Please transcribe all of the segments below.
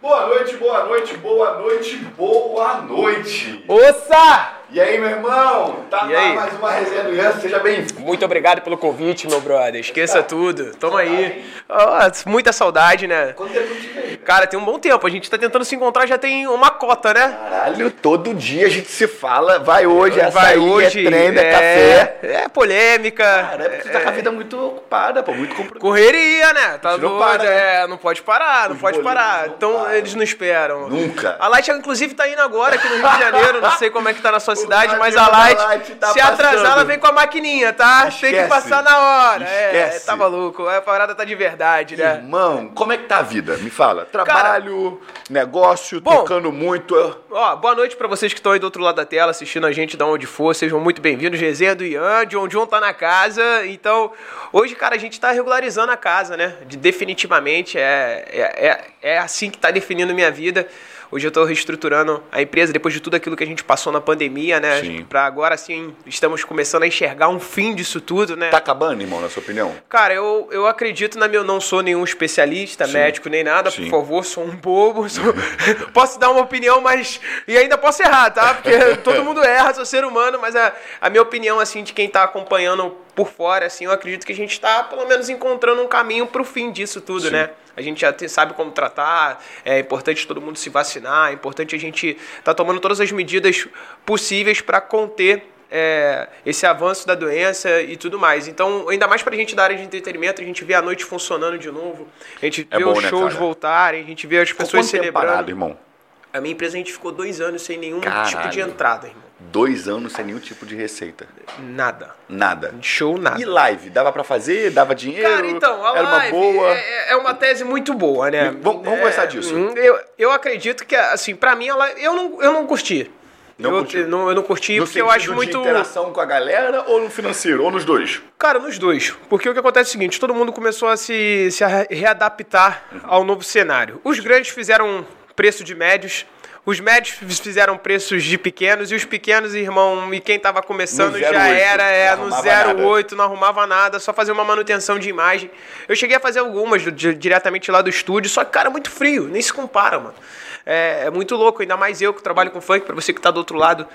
Boa noite, boa noite, boa noite, boa noite. Ossa! E aí, meu irmão? Tá E lá aí? mais uma resenha do Ian, seja bem-vindo. Muito obrigado pelo convite, meu brother. É. Esqueça tudo. Toma aí. Ah, muita saudade, né? Quanto tempo eu te vejo? Cara, tem um bom tempo. A gente tá tentando se encontrar já tem uma cota, né? Caralho, todo dia a gente se fala, vai hoje, é Vai açaí, hoje. é trem, é, café. É polêmica. Cara, é porque você tá com a vida muito ocupada, pô, muito comprometida. Correria, né? Tá gente não doido. para, né? é, não pode parar, não Os pode boleiros parar. não então param. eles não esperam. Nunca. A Light, inclusive, tá indo agora aqui no Rio de Janeiro. Não sei como é que tá na O sua cidade, mas navio a da Light, Light tá se atrasar, passando. ela vem com a maquininha, tá? Tem Esquece. que passar na hora. É, Esquece. tá maluco. A parada tá de verdade, né? Irmão, como é que tá a vida? Me fala. Trabalho, negócio, Bom. tocando muito. Ó, boa noite pra vocês que estão aí do outro lado da tela assistindo a gente da onde for. Sejam muito bem-vindos. Resenha do Ian, John John tá na casa. Então, hoje, cara, a gente tá regularizando a casa, né? De- definitivamente é, é, é, é assim que tá definindo minha vida. Hoje eu tô reestruturando a empresa depois de tudo aquilo que a gente passou na pandemia, né? Sim. Pra agora sim, estamos começando a enxergar um fim disso tudo, né? Tá acabando, irmão, na sua opinião? Cara, eu, eu acredito na minha. Eu não sou nenhum especialista, médico, nem nada. Sim. Por favor, sou um bobo. sou- posso dar uma opinião, mas. E ainda posso errar, tá? Porque todo mundo erra, sou ser humano. Mas a, a minha opinião, assim, de quem tá acompanhando por fora, assim, eu acredito que a gente tá, pelo menos, encontrando um caminho pro fim disso tudo, Sim. né? A gente já te- sabe como tratar, é importante todo mundo se vacinar, é importante a gente tá tomando todas as medidas possíveis para conter é, esse avanço da doença e tudo mais. Então, ainda mais pra gente da área de entretenimento, a gente vê a noite funcionando de novo, a gente É vê bom, os né, shows cara? voltarem, a gente vê as Ficou pessoas quanto tempo parado, celebrando. irmão? A minha empresa a gente ficou dois anos sem nenhum tipo de Caralho. entrada, irmão. Dois anos sem nenhum tipo de receita. Nada. Nada. Show, nada. E live? Dava pra fazer? Dava dinheiro? Cara, então, a Era live uma boa. É, É, é uma tese muito boa, né? Vamos- vamos conversar disso. hum, Eu, eu acredito que, assim, pra mim, a live, eu, não, eu não curti. Não eu, curtiu? Não, eu não curti No porque eu sentido acho de muito. interação com a galera ou no financeiro? Ou nos dois? Cara, nos dois. Porque o que acontece é o seguinte: todo mundo começou a se, se a- readaptar ao novo cenário. Os grandes fizeram um preço de médios. Os médios fizeram preços de pequenos e os pequenos, irmão, e quem tava começando No já 08, era, é, não no arrumava 08, não arrumava nada, só fazia uma manutenção de imagem. Eu cheguei a fazer algumas do- di- diretamente lá do estúdio, só que, cara, é muito frio, nem se compara, mano. É, é muito louco, ainda mais eu que trabalho com funk, pra você que tá do outro lado,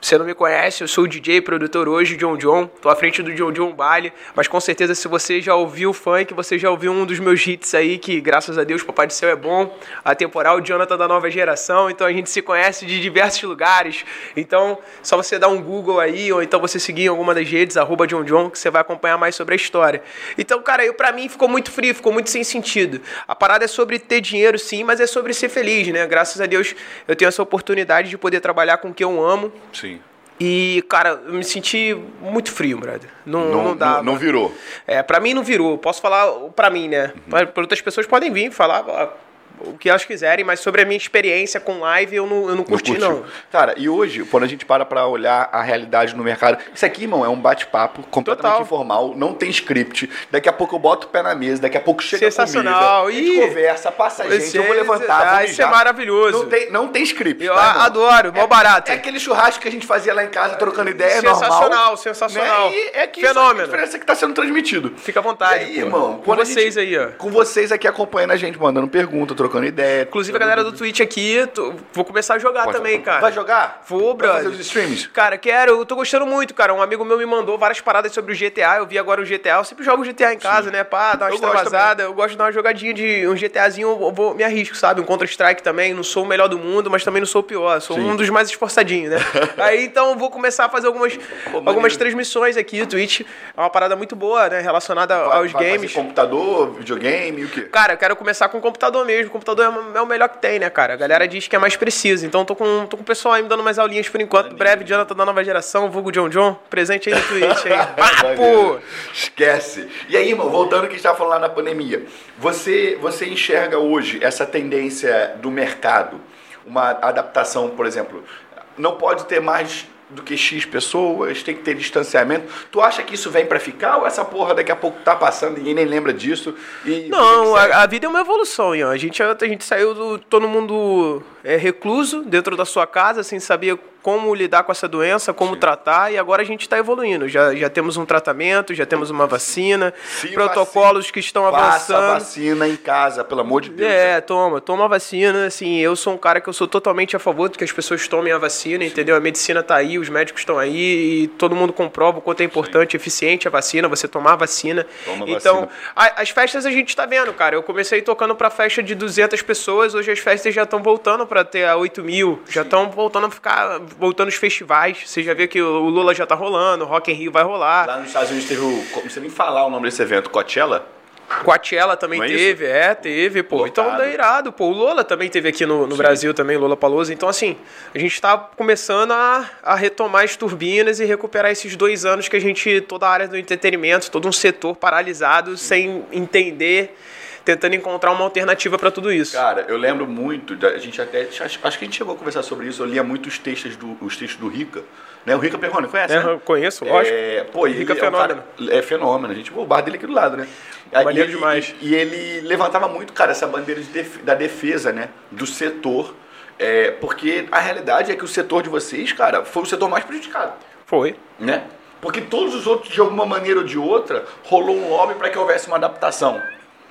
você não me conhece, eu sou o DJ, produtor hoje, John John, tô à frente do John John Baile, mas com certeza se você já ouviu funk, você já ouviu um dos meus hits aí, que graças a Deus, Papai do Céu é bom, a temporal Jonathan da nova geração, então a gente se conhece de diversos lugares, então só você dar um Google aí, ou então você seguir em alguma das redes, arroba John John, que você vai acompanhar mais sobre a história. Então, cara, eu pra mim ficou muito frio, ficou muito sem sentido. A parada é sobre ter dinheiro, sim, mas é sobre ser feliz, né? Graças a Deus eu tenho essa oportunidade de poder trabalhar com o que eu amo. Sim. E, cara, eu me senti muito frio, brother. Não, Não, não, não, dava. não virou. É, pra mim não virou. Posso falar pra mim, né? Uhum. Pra, pra outras pessoas podem vir falar ó, o que elas quiserem, mas sobre a minha experiência com live eu não, eu não Não curti, curtiu. não. Cara, e hoje, quando a gente para pra olhar a realidade no mercado, isso aqui, irmão, é um bate-papo completamente Total. informal, não tem script. Daqui a pouco eu boto o pé na mesa, daqui a pouco chega a Sensacional. comida. A gente Ih. conversa, passa a gente, Esse- eu vou levantar, vou ah, isso é mijar. maravilhoso. Não tem, não tem script, Eu tá, irmão? a- adoro, mó barato. É aquele churrasco que a gente fazia lá em casa, trocando ideia, é Sensacional, normal. sensacional. Né? E é que Fenômeno. Isso é a diferença que tá sendo transmitido. Fica à vontade. E aí, pô. irmão, Com quando a vocês gente- aí, ó. Com vocês aqui acompanhando a gente, mandando pergunta, trocando ideia. Inclusive a galera do Twitch aqui, tô- vou começar a jogar Pode- também, cara. Vai jogar? Vou, Vai brother. fazer os streams? Cara, quero, eu tô gostando muito, cara. Um amigo meu me mandou várias paradas sobre o GTA. Eu vi agora o GTA. Eu sempre jogo GTA em casa, né? Pá, dar uma Eu gosto extravasada. eu gosto de dar uma jogadinha de um GTAzinho, eu vou, me arrisco, sabe? Um Counter-Strike também. Não sou o melhor do mundo, mas também não sou o pior. Sou um dos mais esforçadinhos, né? Aí então eu vou começar a fazer algumas, algumas maneiro. transmissões aqui. O Twitch é uma parada muito boa, né? Relacionada Vai- aos vai fazer games. computador, videogame, o quê? Cara, eu quero começar com o computador mesmo. O computador é o- é o melhor que tem, né, cara? A galera diz que é mais preciso. Então tô com, tô com o pessoal aí me dando mais aulinhas por enquanto. Breve, Jonathan da nova geração, vulgo John John. Presente aí no Twitch, hein? Maneiro. Papo! Esquece. E aí, irmão, voltando ao que a gente tava falando lá na pandemia. Você, você enxerga hoje essa tendência do mercado, uma adaptação, por exemplo, não pode ter mais do que X pessoas, tem que ter distanciamento. Tu acha que isso vem pra ficar ou essa porra daqui a pouco tá passando, ninguém nem lembra disso? E é Não, a, a vida é uma evolução, Ian. A gente, a gente saiu do todo mundo é, recluso dentro da sua casa, sem saber como lidar com essa doença, como tratar, e agora a gente está evoluindo. Já, já temos um tratamento, já temos uma vacina, Se protocolos que estão Passa a avançando. vacina em casa, pelo amor de Deus. né? É, toma, toma a vacina, assim, eu sou um cara que eu sou totalmente a favor de que as pessoas tomem a vacina, entendeu? A medicina tá aí, os médicos estão aí e todo mundo comprova o quanto é importante, eficiente a vacina, você tomar a vacina. Toma a então, vacina. a- as festas a gente tá vendo, cara, eu comecei tocando pra festa de 200 pessoas, hoje as festas já estão voltando pra ter a 8 mil, já estão voltando a ficar, voltando os festivais, você já vê que o o Lula já tá rolando, o Rock in Rio vai rolar, Lá nos Estados Unidos teve o. Não sei nem falar o nome desse evento, Coachella? Coachella também Não é teve, é, teve, pô. Lotado. Então dá irado, pô. O Lola também teve aqui no, no Brasil também, Lola Palosa. Então, assim, a gente tá começando a, a retomar as turbinas e recuperar esses dois anos que a gente, toda a área do entretenimento, todo um setor paralisado, sem entender, tentando encontrar uma alternativa pra tudo isso. Cara, eu lembro muito, da- a gente até. Acho, acho que a gente chegou a conversar sobre isso, eu lia muito os textos do, os textos do Rica. Né? O Rica Perrone, conhece? É, né? eu conheço, lógico. É, pô, e Rica ele é um fenômeno. cara- é fenômeno. A gente, pô, o bar dele aqui do lado, né? Maneiro E ele- demais. E ele levantava muito, cara, essa bandeira de def- da defesa, né? Do setor. É, porque a realidade é que o setor de vocês, cara, foi o setor mais prejudicado, Foi. né? Porque todos os outros, de alguma maneira ou de outra, rolou um lobby para que houvesse uma adaptação.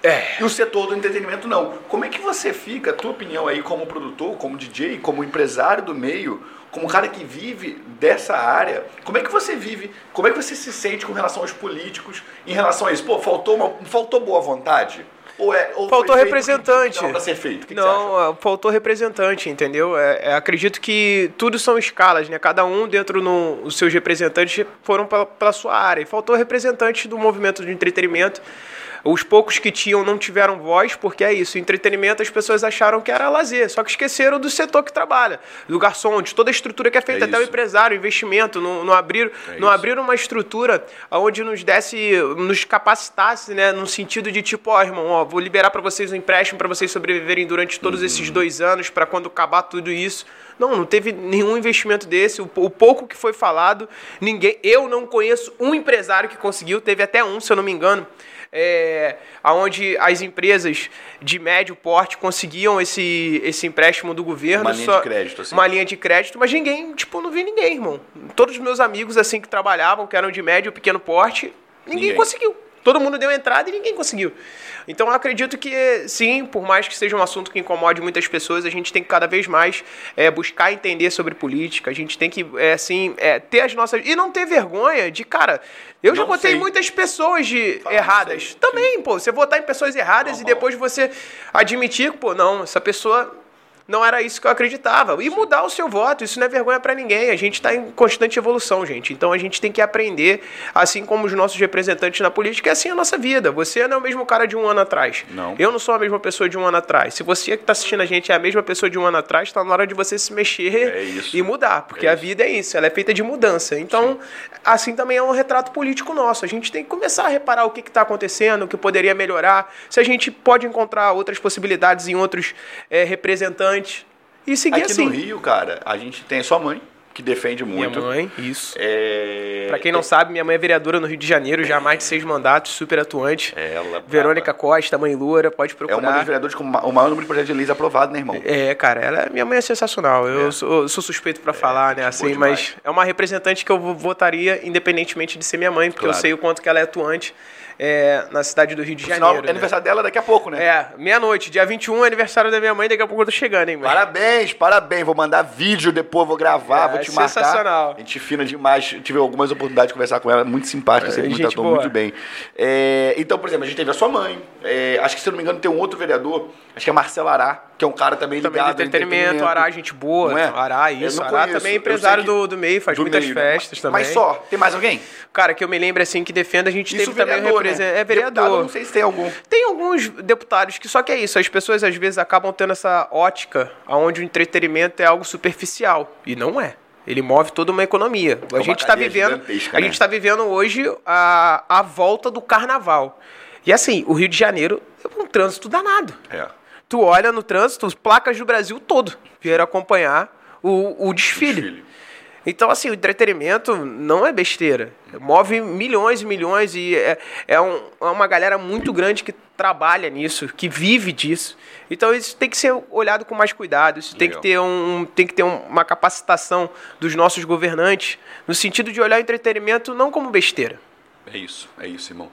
É. E o setor do entretenimento não. Como é que você fica, a tua opinião aí, como produtor, como DJ, como empresário do meio, como cara que vive dessa área, como é que você vive, como é que você se sente com relação aos políticos, em relação a isso? Pô, faltou, uma, faltou boa vontade? Ou é, ou foi Faltou feito o que- representante. o Que, não, pra ser feito. O que que você acha? não, é, faltou representante, entendeu? É, é, acredito que tudo são escalas, né? Cada um dentro no, os seus representantes foram pela, pela sua área. E faltou representante do movimento de entretenimento. Os poucos que tinham não tiveram voz, porque é isso. Entretenimento as pessoas acharam que era lazer, só que esqueceram do setor que trabalha, do garçom, de toda a estrutura que é feita, É até o isso. empresário, investimento, não, não abrir, É isso. não abrir uma estrutura onde nos desse, nos capacitasse, né, no sentido de tipo, ó, irmão, ó, vou liberar pra vocês um empréstimo pra vocês sobreviverem durante todos Uhum. esses dois anos, pra quando acabar tudo isso. Não, não teve nenhum investimento desse. O, o pouco que foi falado, ninguém. Eu não conheço um empresário que conseguiu. Teve até um, se eu não me engano, é, aonde as empresas de médio porte conseguiam esse, esse empréstimo do governo. Uma linha só- de crédito, assim. uma uma linha de crédito, mas ninguém, tipo, não vi ninguém, irmão. Todos os meus amigos, assim, que trabalhavam, que eram de médio, pequeno porte, ninguém, Ninguém. conseguiu. Todo mundo deu entrada e ninguém conseguiu. Então eu acredito que, sim, por mais que seja um assunto que incomode muitas pessoas, a gente tem que cada vez mais é, buscar entender sobre política, a gente tem que, é, assim, é, ter as nossas. E não ter vergonha de, cara, eu já Não botei sei. muitas pessoas de Fala, não erradas. sei. Também, pô, você votar em pessoas erradas e Normal. depois depois você admitir, pô, não, essa pessoa não era isso que eu acreditava. E mudar o seu voto, isso não é vergonha pra ninguém. A gente tá em constante evolução, gente. Então a gente tem que aprender, assim como os nossos representantes na política, é assim a nossa vida. Você não é o mesmo cara de um ano atrás. Não. Eu não sou a mesma pessoa de um ano atrás. Se você que tá assistindo a gente é a mesma pessoa de um ano atrás, tá na hora de você se mexer É isso. e mudar. Porque É a isso. vida é isso, ela é feita de mudança. Então, assim também é um retrato político nosso. A gente tem que começar a reparar o que está acontecendo, o que poderia melhorar, se a gente pode encontrar outras possibilidades em outros eh, representantes. E seguir Aqui assim. no Rio, cara, a gente tem a sua mãe, que defende muito. mãe, isso. É... Pra quem não sabe, minha mãe é vereadora no Rio de Janeiro, já há mais de seis mandatos, super atuante. Ela, Verônica Costa, mãe Loura, pode É uma procurar. dos vereadores com ma- o maior número de projetos de leis aprovado, né, irmão? É, cara, ela, minha mãe é sensacional. Eu sou, sou suspeito pra falar, né? gente Assim, É, boa mas demais. é uma representante que eu vo- votaria, independentemente de ser minha mãe, porque eu Claro. sei o quanto que ela é atuante é, na cidade do Rio de Por sinal, é Janeiro. né? aniversário dela daqui a pouco, né? É, meia-noite, dia 21 é aniversário da minha mãe, daqui a pouco eu tô chegando, hein, mãe? Parabéns, parabéns. Vou mandar vídeo depois, vou gravar, É, vou te marcar. sensacional. Gente fina demais. Tive algumas oportunidades de conversar com ela, muito simpática, sempre me É, gente tratou boa. muito bem. É, então, por exemplo, a gente teve a sua mãe. é, acho que, se eu não me engano, tem um outro vereador, acho que é Marcelo Ará, que é um cara também, Também do ligado ao entretenimento, Ará, gente boa, Não é? Ará, Eu isso. não Ará conheço, também é eu empresário sei que- do, do meio, faz do muitas meio, né? festas também. Mas só, tem mais alguém? Cara, que eu me lembro assim que defenda, a gente Isso teve também o vereador, né? representante. É Deputado, eu vereador. não sei se tem algum. Tem alguns deputados que só que é isso, as pessoas às vezes acabam tendo essa ótica onde o entretenimento é algo superficial e não é. Ele move toda uma economia. A É uma gente está cadeia vivendo, gigantesca, a né? gente está vivendo hoje a, a volta do carnaval. E assim, o Rio de Janeiro é um trânsito danado. É. Tu olha no trânsito, as placas do Brasil todo vieram acompanhar o, o desfile. Desfile. Então, assim, o entretenimento não é besteira. Move milhões e milhões e é, é, um- é uma galera muito grande que trabalha nisso, que vive disso. Então, isso tem que ser olhado com mais cuidado. Isso tem que Legal. ter, um, tem que ter um- uma capacitação dos nossos governantes no sentido de olhar o entretenimento não como besteira. É isso, é isso, irmão.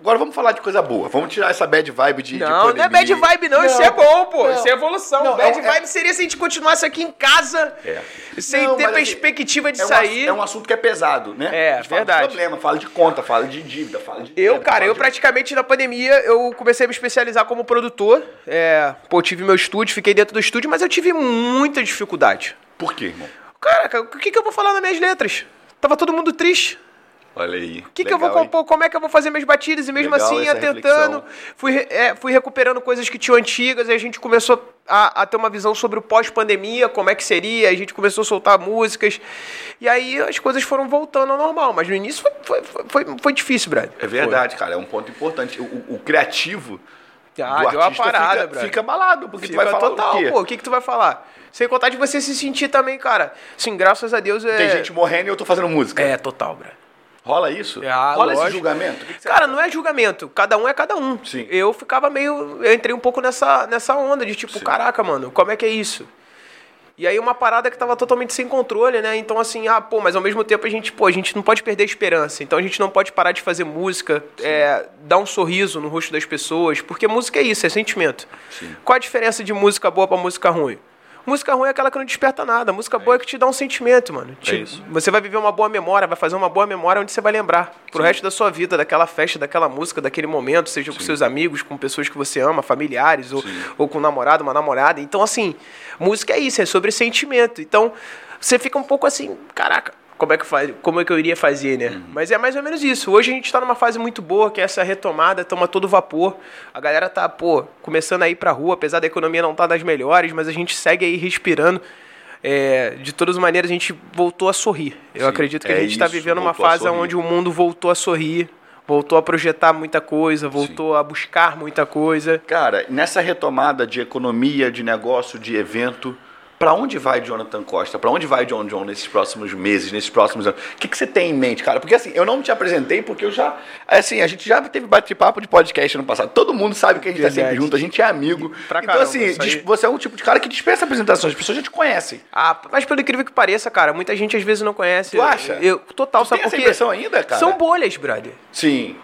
Agora vamos falar de coisa boa. Vamos tirar essa bad vibe de. de Não, não pandemia. é bad vibe, não. Isso Não, é bom, pô. não. Isso é evolução. Não, bad é um- é- vibe seria se a gente continuasse aqui em casa, É. sem Não, ter mas, assim, perspectiva de é um sair. ass- é um assunto que é pesado, né? É, A gente fala de verdade. problema, fala de conta, fala de dívida, fala de. Eu, dinheiro, cara, fala eu de- praticamente na pandemia eu comecei a me especializar como produtor. É, pô, eu tive meu estúdio, fiquei dentro do estúdio, mas eu tive muita dificuldade. Por quê, irmão? Caraca, o que, que eu vou falar nas minhas letras? Tava todo mundo triste. Olha aí. O O que, que eu vou compor? Como é que eu vou fazer minhas batidas? E mesmo Legal assim, ia essa tentando, reflexão. fui, re- é, fui recuperando coisas que tinham antigas, aí a gente começou a, a ter uma visão sobre o pós-pandemia, como é que seria, aí a gente começou a soltar músicas, e aí as coisas foram voltando ao normal, mas no início foi, foi, foi, foi- foi difícil, brother. É verdade, cara, é um ponto importante. O, o- o criativo. Foi. do Ah, deu uma artista parada, fica, brother. fica abalado, porque Fica tu vai falar total, o quê? pô, o que, que tu vai falar? Sem contar de você se sentir também, cara. Sim, graças a Deus é... Tem gente morrendo e eu tô fazendo música. É, total, brother. Rola isso? Ah, Rola lógico. esse julgamento? O que que você Cara, não é julgamento. Cada um é cada um. Sim. Eu ficava meio. Eu entrei um pouco nessa, nessa onda de tipo, Sim. caraca, mano, como é que é isso? E aí uma parada que tava totalmente sem controle, né? Então, assim, ah, pô, mas ao mesmo tempo a gente, pô, a gente não pode perder a esperança. Então a gente não pode parar de fazer música, é, dar um sorriso no rosto das pessoas, porque música é isso, é sentimento. Sim. Qual a diferença de música boa pra música ruim? Música ruim é aquela que não desperta nada. Música boa é que te dá um sentimento, mano. Te- É isso. Você vai viver uma boa memória, vai fazer uma boa memória onde você vai lembrar pro resto da sua vida, daquela festa, daquela música, daquele momento, seja com seus amigos, com pessoas que você ama, familiares, ou, ou com um namorado, uma namorada. Então, assim, música é isso, é sobre sentimento. Então, você fica um pouco assim, caraca. Como é, que faz, como é que eu iria fazer, né? Uhum. Mas é mais ou menos isso. Hoje a gente tá numa fase muito boa, que é essa retomada, toma todo vapor. A galera tá, pô, começando a ir pra rua, apesar da economia não tá das melhores, mas a gente segue aí respirando. É, de todas as maneiras, a gente voltou a sorrir. Eu Sim, acredito que a é gente está isso, vivendo uma voltou a fase sorrir. onde o mundo voltou a sorrir, voltou a projetar muita coisa, voltou a buscar muita coisa. Cara, nessa retomada de economia, de negócio, de evento, pra onde vai Jonathan Costa? Pra onde vai John John nesses próximos meses, nesses próximos anos? O que, que você tem em mente, cara? Porque assim, eu não te apresentei porque eu já. Assim, a gente já teve bate-papo de podcast ano passado. Todo mundo sabe que a gente tá Verdade. sempre junto, a gente é amigo. Pra então, caramba, assim, isso aí. dis- você é um tipo de cara que dispensa apresentações, as pessoas já te conhecem. Ah, mas pelo incrível que pareça, cara, muita gente às vezes não conhece. Tu acha? Eu, total, Tu sabe tem essa por quê? impressão ainda, cara? São bolhas, brother. Sim.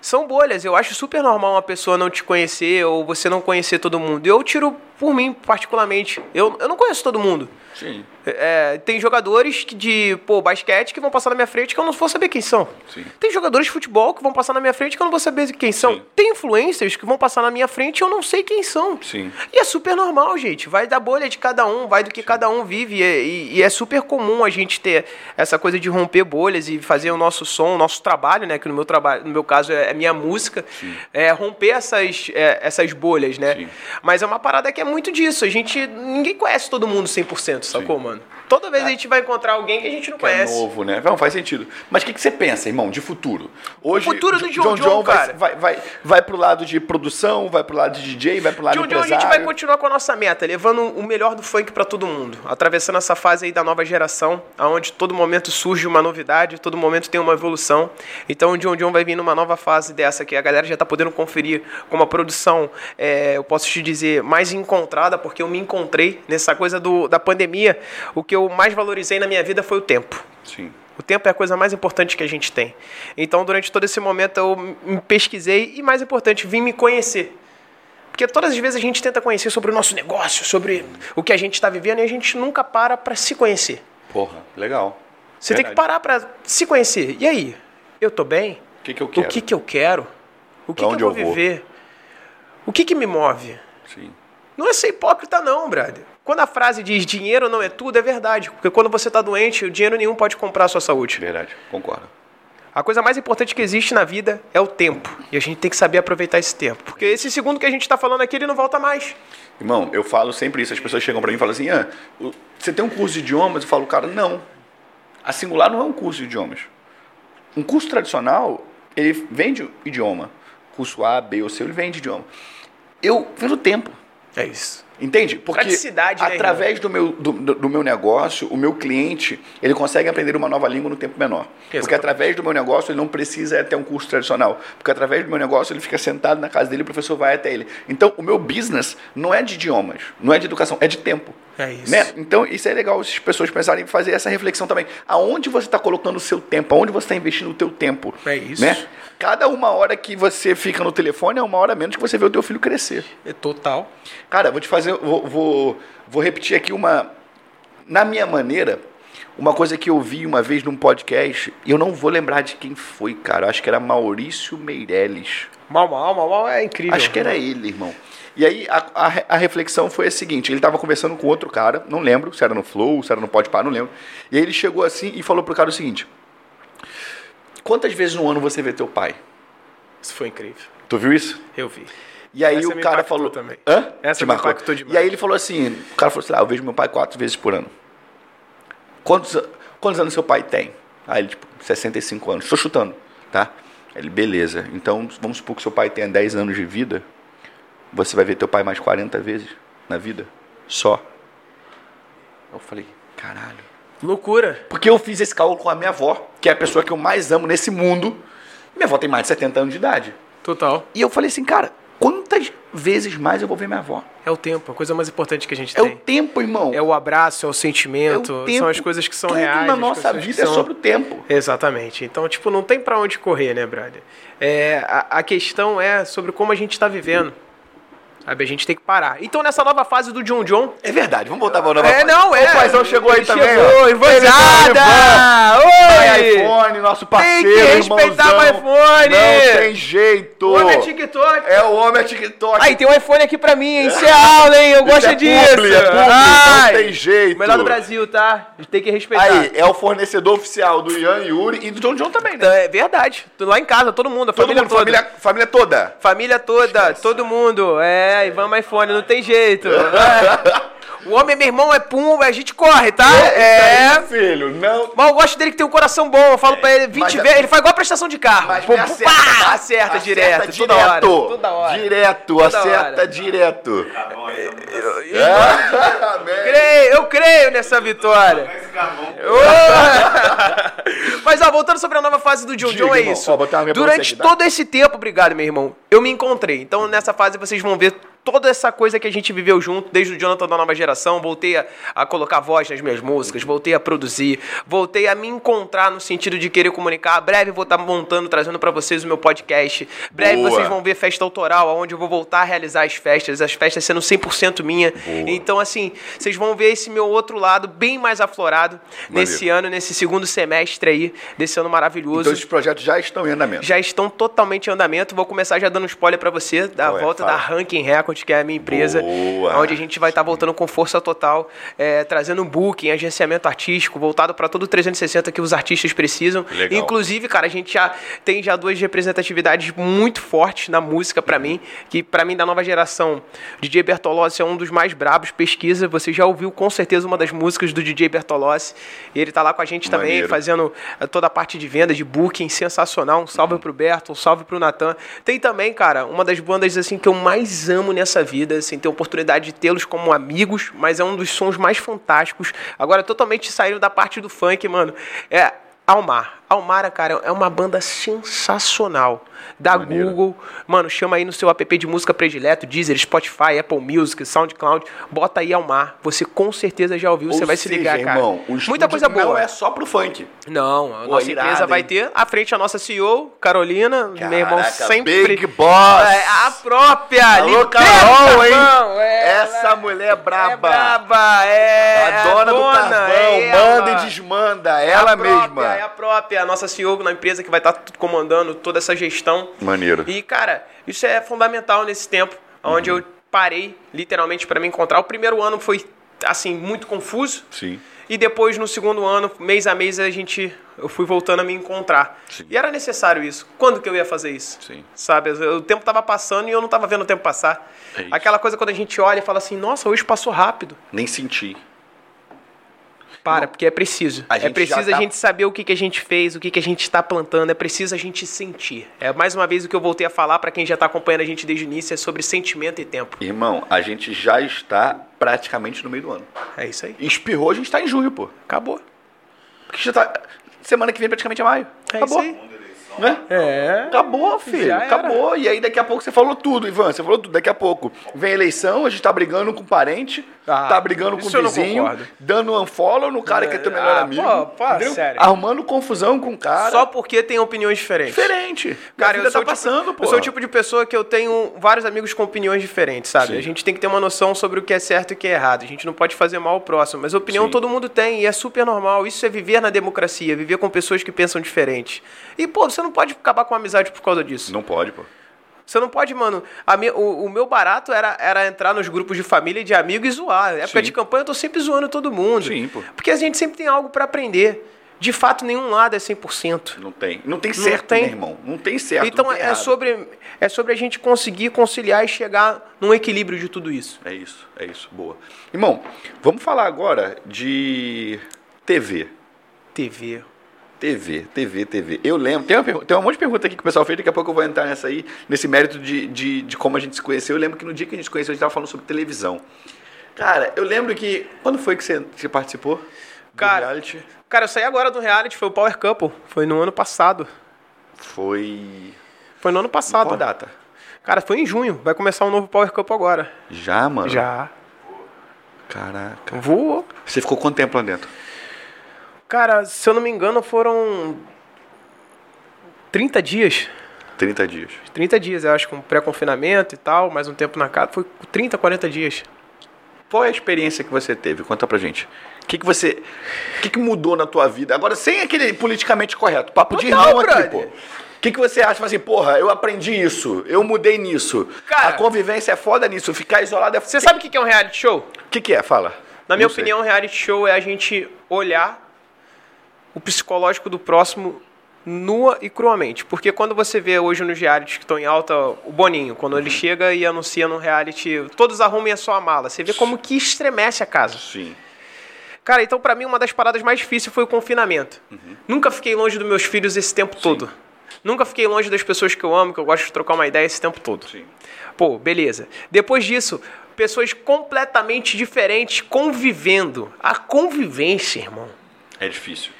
São bolhas. Eu acho super normal uma pessoa não te conhecer ou você não conhecer todo mundo. Eu tiro por mim, particularmente. Eu, eu não conheço todo mundo. Sim. É, tem jogadores que de pô, basquete que vão passar na minha frente que eu não vou saber quem são. Sim. Tem jogadores de futebol que vão passar na minha frente que eu não vou saber quem são. Sim. Tem influencers que vão passar na minha frente e eu não sei quem são. Sim. E é super normal, gente. Vai da bolha de cada um, vai do que cada um vive. E, e- e é super comum a gente ter essa coisa de romper bolhas e fazer o nosso som, o nosso trabalho, né? Que no meu trabalho, no meu caso, é, é minha música. É, romper essas, é, essas bolhas, né? Sim. Mas é uma parada que é muito disso. A gente. Ninguém conhece todo mundo 100%, sacou, mano? Toda vez a gente vai encontrar alguém que a gente não É. Que é conhece. novo, né? Não, faz sentido. Mas o que, que você pensa, irmão, de futuro? Hoje, O futuro do Jo- John John, vai, cara. Vai, vai, vai pro lado de produção, vai pro lado de DJ, vai pro lado De onde a empresário. gente vai continuar com a nossa meta, levando o melhor do funk pra todo mundo, atravessando essa fase aí da nova geração, aonde todo momento surge uma novidade, todo momento tem uma evolução. Então o John John vai vir numa nova fase dessa que a galera já tá podendo conferir com uma produção, é, eu posso te dizer, mais encontrada, porque eu me encontrei nessa coisa do, da pandemia. O que eu mais valorizei na minha vida foi o tempo. Sim. O tempo é a coisa mais importante que a gente tem. Então, durante todo esse momento, eu me pesquisei e, mais importante, vim me conhecer. Porque todas as vezes a gente tenta conhecer sobre o nosso negócio, sobre o que a gente está vivendo e a gente nunca para para se conhecer. Porra, legal. Você tem que parar para se conhecer. E aí? Eu tô bem? O que, que eu quero? O que, que eu quero? O que, Pra que onde eu vou eu vou? viver? O que, que me move? Sim. Não é ser hipócrita, não, brother. Quando a frase diz dinheiro não é tudo, é verdade. Porque quando você está doente, o dinheiro nenhum pode comprar a sua saúde. Verdade, concordo. A coisa mais importante que existe na vida é o tempo. E a gente tem que saber aproveitar esse tempo. Porque esse segundo que a gente tá falando aqui, ele não volta mais. Irmão, eu falo sempre isso. As pessoas chegam pra mim e falam assim, ah, o- você tem um curso de idiomas? Eu falo, cara, não. A Singular não é um curso de idiomas. Um curso tradicional, ele vende idioma. Curso A, B ou C, ele vende idioma. Eu vendo tempo. É isso. Entende? Porque Praticidade, né, através do meu, do, do- do meu negócio, o meu cliente, ele consegue aprender uma nova língua no tempo menor. Porque através do meu negócio, ele não precisa ter um curso tradicional. Porque através do meu negócio, ele fica sentado na casa dele, o professor vai até ele. Então, o meu business não é de idiomas, não é de educação, é de tempo. É isso. Né? Então, isso é legal as pessoas pensarem em fazer essa reflexão também. Aonde você está colocando o seu tempo? Aonde você está investindo o teu tempo? É isso. Né? Cada uma hora que você fica no telefone é uma hora menos que você vê o teu filho crescer. É total. Cara, vou te fazer. Vou, vou, vou repetir aqui uma. Na minha maneira, uma coisa que eu vi uma vez num podcast, e eu não vou lembrar de quem foi, cara. Acho que era Maurício Meirelles. Mal, mal, mal, mal é incrível. Acho que era ele, irmão. E aí a, a re- a reflexão foi a seguinte: ele tava conversando com outro cara, não lembro se era no Flow, se era no Pode Par, não lembro. E aí ele chegou assim e falou pro cara o seguinte: Quantas vezes no ano você vê teu pai? Isso foi incrível. Tu viu isso? Eu vi. E aí Essa o me cara impactou falou. também. Hã? Essa Te me marcou? impactou demais. E aí ele falou assim: o cara falou assim, ah, eu vejo meu pai quatro vezes por ano. Quantos, a- quantos anos seu pai tem? Aí ele, tipo, 65 anos. Estou chutando, tá? Aí Ele, beleza. Então vamos supor que seu pai tenha 10 anos de vida. Você vai ver teu pai mais 40 vezes na vida? Só. Eu falei, caralho. Loucura. Porque eu fiz esse cálculo com a minha avó, que é a pessoa que eu mais amo nesse mundo. Minha avó tem mais de 70 anos de idade. Total. E eu falei assim, cara, quantas vezes mais eu vou ver minha avó? É o tempo, a coisa mais importante que a gente É tem. o tempo, irmão. É o abraço, é o É sentimento, o tempo. são as coisas que são Tudo reais. na as nossa coisas que vida é são- sobre o tempo. Exatamente. Então, tipo, não tem pra onde correr, né, brother? É, a, a questão é sobre como a gente tá vivendo. Sabe, a gente tem que parar. Então, nessa nova fase do John John. É verdade, vamos botar a bola na É, não, é. O paizão chegou aí Ele tá também. Chegou, ó. Ivanzada! Tem Oi! iPhone, nosso parceiro, Tem que respeitar irmãozão. o iPhone. Não tem jeito. Homem é TikTok! É o homem é TikTok. Aí, tem um iPhone aqui pra mim, hein? Isso é aula, hein? Eu gosto é publi, disso! é publi, Ai, não tem jeito. Melhor do Brasil, tá? A gente tem que respeitar. Aí, é o fornecedor oficial do Ian Yuri e do John John também, né? Então, é verdade. Lá em casa, todo mundo, a Todo família mundo, toda. família, família toda. Família toda, todo mundo. É, Ivan iPhone, não tem jeito. É. O homem é meu irmão, é pum, a gente corre, tá? É. Aí, filho, não Mas eu gosto dele que tem um coração bom. Eu falo pra ele 20 Mas- vezes. Ele faz igual a prestação de carro. Mas Pum, me pum, acerta, pá, tá? acerta, direto, toda hora. Toda hora. Direto, acerta hora. direto. Eu Amém. creio, eu creio nessa vitória. Ô! Mas ó, voltando sobre a nova fase do John Diga, John, é irmão. isso. Ó, botar uma minha Durante pra você aqui, todo esse tempo, obrigado, meu irmão, eu me encontrei. Então nessa fase vocês vão ver toda essa coisa que a gente viveu junto, desde o Jonathan da Nova Geração, voltei a, a colocar voz nas minhas músicas, voltei a produzir, voltei a me encontrar no sentido de querer comunicar. Breve vou estar montando, trazendo pra vocês o meu podcast. Breve Boa. vocês vão ver festa autoral, onde eu vou voltar a realizar as festas, as festas sendo 100% minha. Então, assim, vocês vão ver esse meu outro lado bem mais aflorado nesse ano, nesse segundo semestre aí, desse ano maravilhoso. Então esses projetos já estão em andamento. Já estão totalmente em andamento. Vou começar já dando um spoiler pra você da Qual é? volta Fala. da Ranking Record, que é a minha empresa, Boa. onde a gente vai estar voltando com força total, é, trazendo um booking, agenciamento artístico, voltado pra todo o 360 que os artistas precisam. Legal. Inclusive, cara, a gente já tem já duas representatividades muito fortes na música Uhum. pra mim, que pra mim da nova geração, DJ Bertolossi é um dos mais brabos, pesquisa, você já ouviu com certeza uma das músicas do DJ Bertolossi, e ele tá lá com a gente também, Maneiro. fazendo fazendo eh, toda a parte de venda, de booking, sensacional. Um salve pro Berto, um salve pro Natan. Tem também, cara, uma das bandas assim que eu mais amo nessa vida, assim, ter a oportunidade de tê-los como amigos, mas é um dos sons mais fantásticos. Agora, totalmente saindo da parte do funk, mano. É. Almar. Almara, cara, é uma banda sensacional. Da Maneiro. Google. Mano, chama aí no seu app de música predileto, Deezer, Spotify, Apple Music, SoundCloud. Bota aí Almar. Você com certeza já ouviu, você Ou vai se ligar, seja, cara. irmão, o Muita estúdio coisa boa. Não é só pro funk. Não, a Pô, nossa irado, empresa vai hein? ter à frente a nossa CEO, Carolina, meu irmão Caraca, sempre. Big Boss. É, a própria! Alô, liberta, Carol, hein? irmão, é, Essa mulher é braba. É braba, é. A dona, do carvão, é manda ela. e desmanda, É a ela própria, mesma. É a própria, a nossa CEO na empresa que vai estar comandando toda essa gestão. Maneiro. E, cara, isso é fundamental nesse tempo, onde eu parei, literalmente, pra me encontrar. O primeiro ano foi, assim, muito confuso. Sim. E depois, no segundo ano, mês a mês, a gente. Eu fui voltando a me encontrar. Sim. E era necessário isso. Quando que eu ia fazer isso? Sim. Sabe? eu- O tempo tava passando e eu não tava vendo o tempo passar. É isso. Aquela coisa quando a gente olha e fala assim, nossa, hoje passou rápido. Nem senti. Para, porque é preciso. A é gente preciso já tá- a gente saber o que, que a gente fez, o que, que a gente está plantando, é preciso a gente sentir. É mais uma vez o que eu voltei a falar para quem já está acompanhando a gente desde o início, é sobre sentimento e tempo. Irmão, a gente já está praticamente no meio do ano. É isso aí. Espirrou, a gente tá em julho, pô. Acabou. Porque já tá. Semana que vem praticamente é maio. É Acabou. isso aí. Né? É. Acabou, filho. Já era. Acabou. E aí daqui a pouco você falou tudo, Ivan. Você falou tudo. Daqui a pouco vem eleição, a gente tá brigando com parente, Ah, tá brigando com isso eu não vizinho, concordo. dando unfollow no cara que é teu melhor Ah, amigo. pô, pô, entendeu? sério. Arrumando confusão com o cara. Só porque tem opiniões diferentes. diferente. Cara, ainda eu sou, tá o tipo- passando, pô. eu sou o tipo de pessoa que eu tenho vários amigos com opiniões diferentes, sabe? Sim. A gente tem que ter uma noção sobre o que é certo e o que é errado. A gente não pode fazer mal ao próximo. Mas opinião Sim. todo mundo tem e é super normal. Isso é viver na democracia, viver com pessoas que pensam diferente. E, pô, você não pode acabar com a amizade por causa disso. Não pode, pô. Você não pode, mano. a mi- o, o meu barato era, era entrar nos grupos de família e de amigo e zoar. Na época Sim. de campanha eu tô sempre zoando todo mundo. Sim, pô. Porque a gente sempre tem algo pra aprender. De fato, nenhum lado é 100%. Não tem. Não tem certo, tem. meu irmão. Não tem certo. Então não tem é errado. sobre, é sobre a gente conseguir conciliar e chegar num equilíbrio de tudo isso. É isso, é isso. Boa. Irmão, vamos falar agora de TV. TV. TV, TV, TV. Eu lembro, tem, uma, pergu- tem um monte de pergunta aqui que o pessoal fez, daqui a pouco eu vou entrar nessa aí, nesse mérito de, de, de como a gente se conheceu. Eu lembro que no dia que a gente se conheceu, a gente tava falando sobre televisão. Cara, eu lembro que. Quando foi que você, você participou? do Cara- reality? Cara, eu saí agora do reality, foi o Power Couple. Foi no ano passado. Foi. Foi no ano passado. Qual data? Cara, foi em junho. Vai começar um novo Power Couple agora. Já, mano? Já. Caraca. Então, Voou. Você ficou quanto tempo lá dentro? Cara, se eu não me engano, foram 30 dias. 30 dias. 30 dias, eu acho, com pré-confinamento e tal, mais um tempo na casa. Foi 30, 40 dias. Qual é a experiência que você teve? Conta pra gente. O que, que você. O que, que mudou na tua vida? Agora, sem aquele politicamente correto, papo de Total, irmão aqui, brother. pô. O que, que você acha? Fala assim, porra, eu aprendi isso, eu mudei nisso. Cara- a convivência é foda nisso, ficar isolado é foda. Você sabe o que que é um reality show? O que, que é? Fala. Na minha Não sei. opinião, um reality show é a gente olhar o psicológico do próximo nua e cruamente. Porque quando você vê hoje nos realities que estão em alta, o Boninho, quando Uhum. ele chega e anuncia num reality, todos arrumem a sua mala. Você vê como que estremece a casa. Sim. Cara, então pra mim uma das paradas mais difíceis foi o confinamento. Uhum. Nunca fiquei longe dos meus filhos esse tempo todo. Nunca fiquei longe das pessoas que eu amo, que eu gosto de trocar uma ideia esse tempo todo. Sim. Pô, beleza. Depois disso, pessoas completamente diferentes convivendo. A convivência, irmão. É difícil.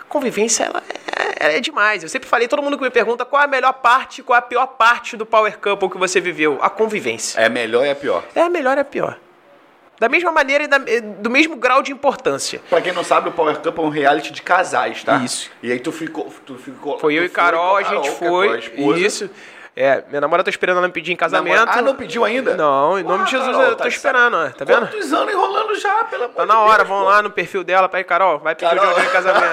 A convivência, ela é, ela é demais. Eu sempre falei, todo mundo que me pergunta qual é a melhor parte, qual é a pior parte do Power Couple que você viveu. A convivência. É melhor e é pior. É a melhor e a pior. Da mesma maneira e da- e do mesmo grau de importância. Pra quem não sabe, o Power Cup é um reality de casais, tá? Isso. E aí tu ficou. Tu ficou Foi eu tu e Carol, a gente que é tua foi. esposa. isso. É, minha namorada tá esperando ela me pedir em casamento. Namora- Ah, não pediu ainda? Não, em nome Ah, de Jesus, Carol, eu tô tá de esperando, ó, tá vendo? Quantos anos enrolando já, pelo amor Tá de na hora, Deus, vão pô. lá no perfil dela, peraí, Carol, vai pedir Carol. o John John em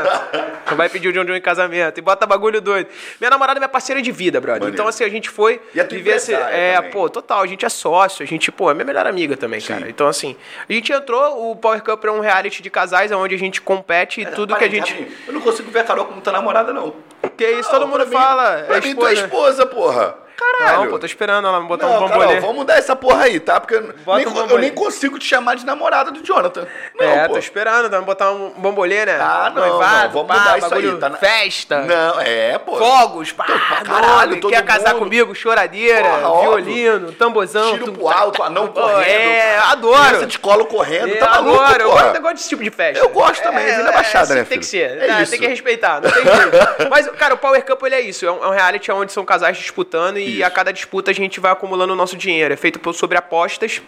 casamento. vai pedir o John John em casamento. E bota bagulho doido. Minha namorada é minha parceira de vida, brother. Maneiro. Então, assim, a gente foi E a tua empresária É, também. pô, total, a gente é sócio, a gente, pô, é minha melhor amiga também, cara. Então, assim, a gente entrou, o Power Cup é um reality de casais, é onde a gente compete e tudo Para que a aí, gente. rapidinho. Eu não consigo ver a Carol como tua namorada, não. Que isso, Não, todo pra mundo mim- fala. Pra é mim, tua esposa. esposa, porra. Caralho. Não, pô, tá tô esperando ela botar Não, um Carol, bambolê. vamos mudar essa porra aí, tá? Porque eu nem, um eu bambolê. nem consigo te chamar de namorada do Jonathan. Não, é, pô. tô esperando, tá? botar um bambolê, né? Ah, não, Noivado, não, vamos pá, mudar isso bagulho, aí, tá na- Festa. Não, é, pô. Fogos, pá, pra caralho, caralho, todo quer casar mundo. comigo, choradeira, Porra, óbvio. violino, tambozão. Tiro tum, pro alto, anão pô, correndo. tá- É, Criança adoro. de colo correndo, É, tá maluco, adoro, eu porra. gosto, eu gosto desse tipo de festa. Eu gosto também, vim da Baixada, é, né, Tem que filho? ser, É né, isso. tem que respeitar, não tem jeito. Mas, cara, o Power Couple ele é isso, é um, é um reality onde são casais disputando e Isso. a cada disputa a gente vai acumulando o nosso dinheiro. É feito por- sobre apostas,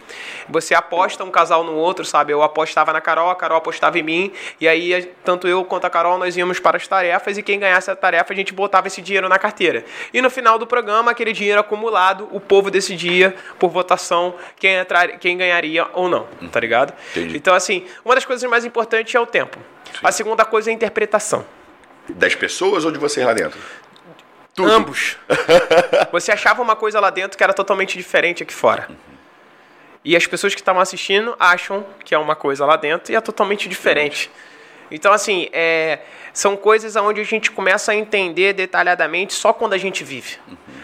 você aposta um casal no outro, sabe? Eu apostava na Carol, a Carol apostava em mim, e aí a- tanto eu quanto a Carol nós íamos para as tarefas e quem ganhasse a tarefa a gente botava esse dinheiro na carteira. E no final do programa, aquele dinheiro acumulado, o povo decidia por votação quem, entrar, quem ganharia ou não, tá ligado? Entendi. Então, assim, uma das coisas mais importantes é o tempo. A segunda coisa é a interpretação. Das pessoas ou de vocês lá dentro? Tudo. Ambos. Você achava uma coisa lá dentro que era totalmente diferente aqui fora. E as pessoas que estavam assistindo acham que é uma coisa lá dentro e é totalmente diferente. Então, assim, é, são coisas onde a gente começa a entender detalhadamente só quando a gente vive.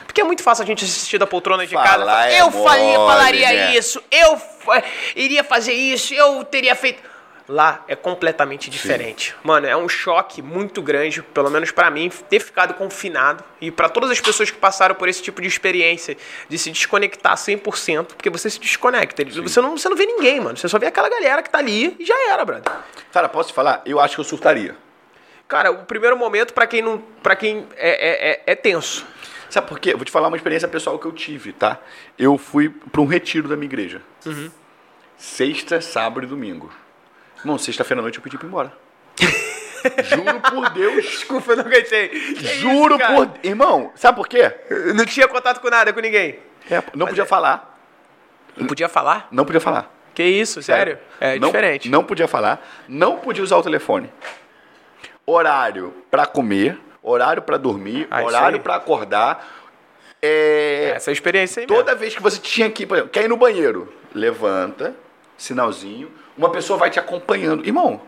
Porque é muito fácil a gente assistir da poltrona de casa. e Uhum. Falar falar, é eu faria- mole, falaria né?" isso, eu fa- iria fazer isso, eu teria feito. lá é completamente diferente. Mano, é um choque muito grande, pelo menos pra mim, ter ficado confinado e pra todas as pessoas que passaram por esse tipo de experiência de se desconectar 100%, porque você se desconecta. Ele- Você não, você não vê ninguém, mano. Você só vê aquela galera que tá ali e já era, brother. Cara, posso te falar? Eu acho que eu surtaria. Cara, o primeiro momento pra quem não, para quem é- é- é- é tenso. Sabe por quê? Eu Vou te falar uma experiência pessoal que eu tive, tá? Eu fui para um retiro da minha igreja. Uhum. Sexta, sábado e domingo. Irmão, sexta-feira à noite eu pedi pra ir embora. Juro por Deus. Desculpa, eu não aguentei. Que Juro isso, cara? por... Irmão, sabe por quê? Eu Não tinha contato com nada, com ninguém. É, não podia falar. Não podia falar? Não podia falar. Que isso, sério? É não, diferente. Não podia falar. Não podia usar o telefone. Horário pra comer. Horário pra dormir. Ah, isso horário aí. pra acordar. É... Essa é a experiência aí Toda vez que você tinha que, ir, por exemplo, quer ir no banheiro, levanta, sinalzinho, uma pessoa vai te acompanhando. Irmão,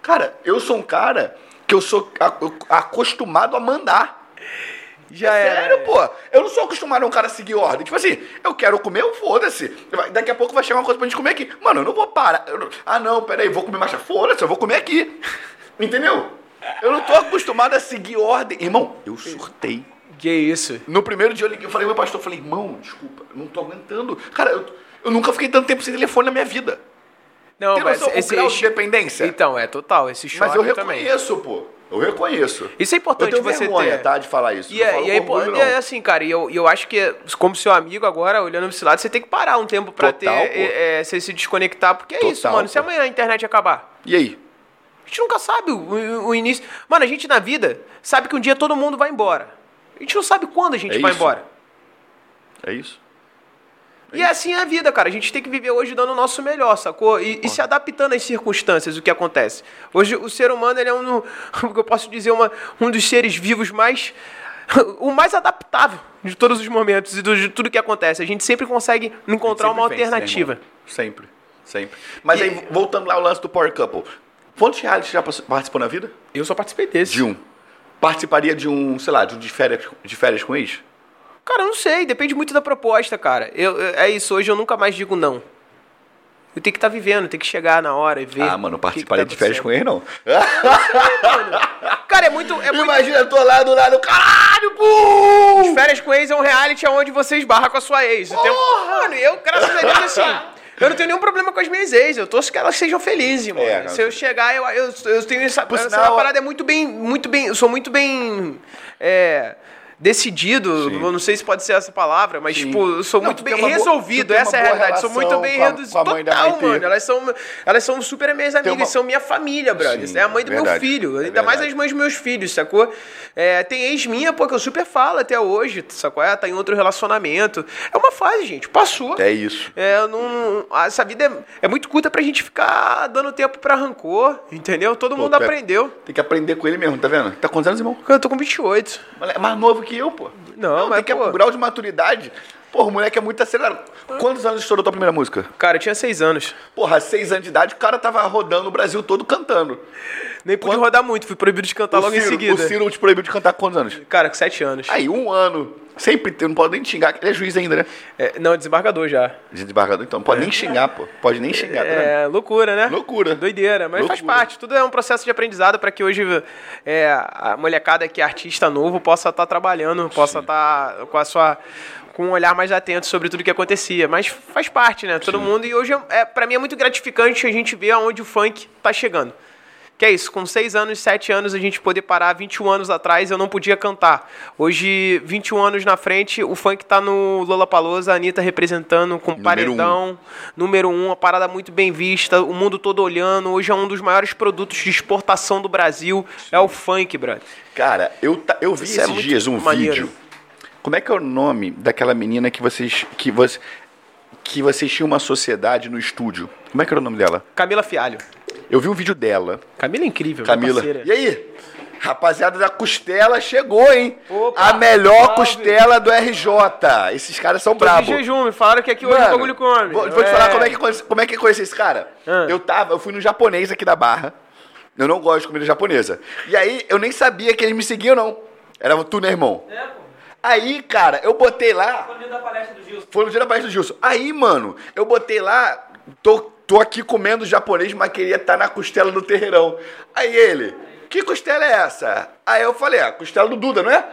cara, eu sou um cara que eu sou a- acostumado a mandar. mesmo. Já é era. sério, pô. Eu não sou acostumado a um cara seguir ordem. Tipo assim, eu quero comer, eu foda-se. Vai- Daqui a pouco vai chegar uma coisa pra gente comer aqui. Mano, eu não vou parar. Eu não- Ah, não, peraí, vou comer mais. Foda-se, eu vou comer aqui. Entendeu? Eu não tô acostumado a seguir ordem. Irmão, eu surtei. Que isso. No primeiro dia eu liguei, eu falei, meu pastor, eu falei, irmão, desculpa, eu não tô aguentando. Cara, eu, eu nunca fiquei tanto tempo sem telefone na minha vida. Não, Tem mas noção esse, o grau esse- de dependência? Então, é total, esse choque Mas eu também. reconheço, pô. Eu reconheço. Isso Eu é importante tenho você vergonha, ter. tá, de falar isso. E Não é, falo e é com orgulho, importante, não. é assim, cara, e eu, eu acho que, como seu amigo agora, olhando pra esse lado, você tem que parar um tempo pra Total, ter, pô. é, é, você se desconectar, porque é isso, Total, mano. Se pô. amanhã a internet acabar, E aí? A gente nunca sabe o, o- o início. Mano, a gente na vida sabe que um dia todo mundo vai embora. A gente não sabe quando a gente É vai isso. embora. É isso? E assim é a vida, cara. A gente tem que viver hoje dando o nosso melhor, sacou? E, e se adaptando às circunstâncias, o que acontece. Hoje o ser humano ele é um, o que eu posso dizer, uma, um dos seres vivos mais o mais adaptável de todos os momentos e do- de tudo que acontece. A gente sempre consegue encontrar Sempre É uma vence, né, alternativa. irmão? sempre, sempre. Mas E- aí, voltando lá ao lance do Power Couple. Quantos reais você já passou- participou na vida? eu só participei desse. De um. Participaria de um, sei lá, de um de férias, de férias com ex? Cara, eu não sei, depende muito da proposta, cara. Eu, eu- é isso, hoje eu nunca mais digo não. Eu tenho que estar vivendo, tenho que chegar na hora e ver. Ah, mano, eu tá participaria de férias com ex, não. ele. Cara, é muito. É muito... Imagina, eu tô lá do lado, caralho, pum! Férias com ex é um reality onde você esbarra com a sua ex. O tempo- Mano, eu, graças a Deus, assim. Eu não tenho nenhum problema com as minhas ex, eu torço que elas sejam felizes, mano. É, cara. Se eu chegar, eu, eu, eu tenho essa, Por essa sinal- parada é muito bem, muito bem, eu sou muito bem é, decidido, Sim. eu não sei se pode ser essa palavra, mas Sim. tipo, eu sou Não, muito tu bem tem uma boa- tu resolvido, tem uma essa é a boa realidade, sou muito relação bem com a- resolvido, com a mãe da total, Maitê. mano, elas são, elas são super minhas amigas, uma- são minha família, brother, Sim, é a mãe do é verdade, meu filho, é ainda mais verdade. as mães dos meus filhos, sacou? É, tem ex minha, pô, que eu super falo até hoje, sacou? Ela tá em outro relacionamento. É uma fase, gente, passou. É isso. É, eu não, a- essa vida é, é muito curta pra gente ficar dando tempo pra rancor, entendeu? Todo mundo Pô, tu é- aprendeu. Tem que aprender com ele mesmo, tá vendo? Tá com quantos anos, irmão? Eu tô com 28. Moleque, É mais novo que eu, pô. Não, mas, tem que pô. o grau de maturidade. Porra, o moleque é muito acelerado. Quantos anos estourou tua primeira música? Cara, eu tinha 6 anos. Porra, seis anos de idade, o cara tava rodando o Brasil todo cantando. Nem pude Quanto- rodar muito, fui proibido de cantar o Tá logo Ciro, em seguida. O Ciro te proibiu de cantar quantos anos? Cara, com 7 anos. Aí, um ano. Sempre tem, não pode nem xingar. Ele é juiz ainda, né? É, não, desembargador já. Desembargador, então. Não pode nem xingar, pô. Pode nem xingar, tá vendo? É, loucura, né? Loucura. Doideira, mas faz Loucura. parte. Tudo é um processo de aprendizado para que hoje é, a molecada que é artista novo possa estar trabalhando, possa estar com a sua com um olhar mais atento sobre tudo que acontecia, mas faz parte, né? Todo mundo e hoje é, é para mim é muito gratificante a gente ver aonde o funk tá chegando. Que é isso, com 6 anos, 7 anos a gente poder parar, 21 anos atrás eu não podia cantar. Hoje, 21 anos na frente, o funk tá no Lollapalooza, a Anitta representando com Número um. paredão, número um, uma parada muito bem vista, o mundo todo olhando. Hoje é um dos maiores produtos de exportação do Brasil. É o funk, brother. Cara, eu, ta- eu vi Isso é esses muito dias um maneiro. vídeo. Como é que é o nome daquela menina que vocês. que você. que vocês tinham uma sociedade no estúdio? Como é que era o nome dela? Camila Fialho. Eu vi um vídeo dela, Camila é incrível, minha Camila. parceira. E aí? Rapaziada da Costela chegou, hein? Opa, a melhor salve. costela do RJ. Esses caras são Tô de bravos. jejum, me falaram que aqui hoje o Mano, bagulho come. Vou, vou te falar como é que, conheci- como é que eu conheci esse cara. Ah. Eu tava, eu fui no japonês aqui da Barra. Eu não gosto de comida japonesa. E aí, eu nem sabia que eles me seguiam, não. Era tu, né, irmão? É, pô. Aí, cara, eu botei lá. Quando da palestra do Gilson. Foi no dia da palestra do Gilson. Aí, mano, eu botei lá. Tô, tô aqui comendo japonês, mas queria estar na costela do terreirão. Aí ele, que costela é essa? Aí eu falei, ah, costela do Duda, não é?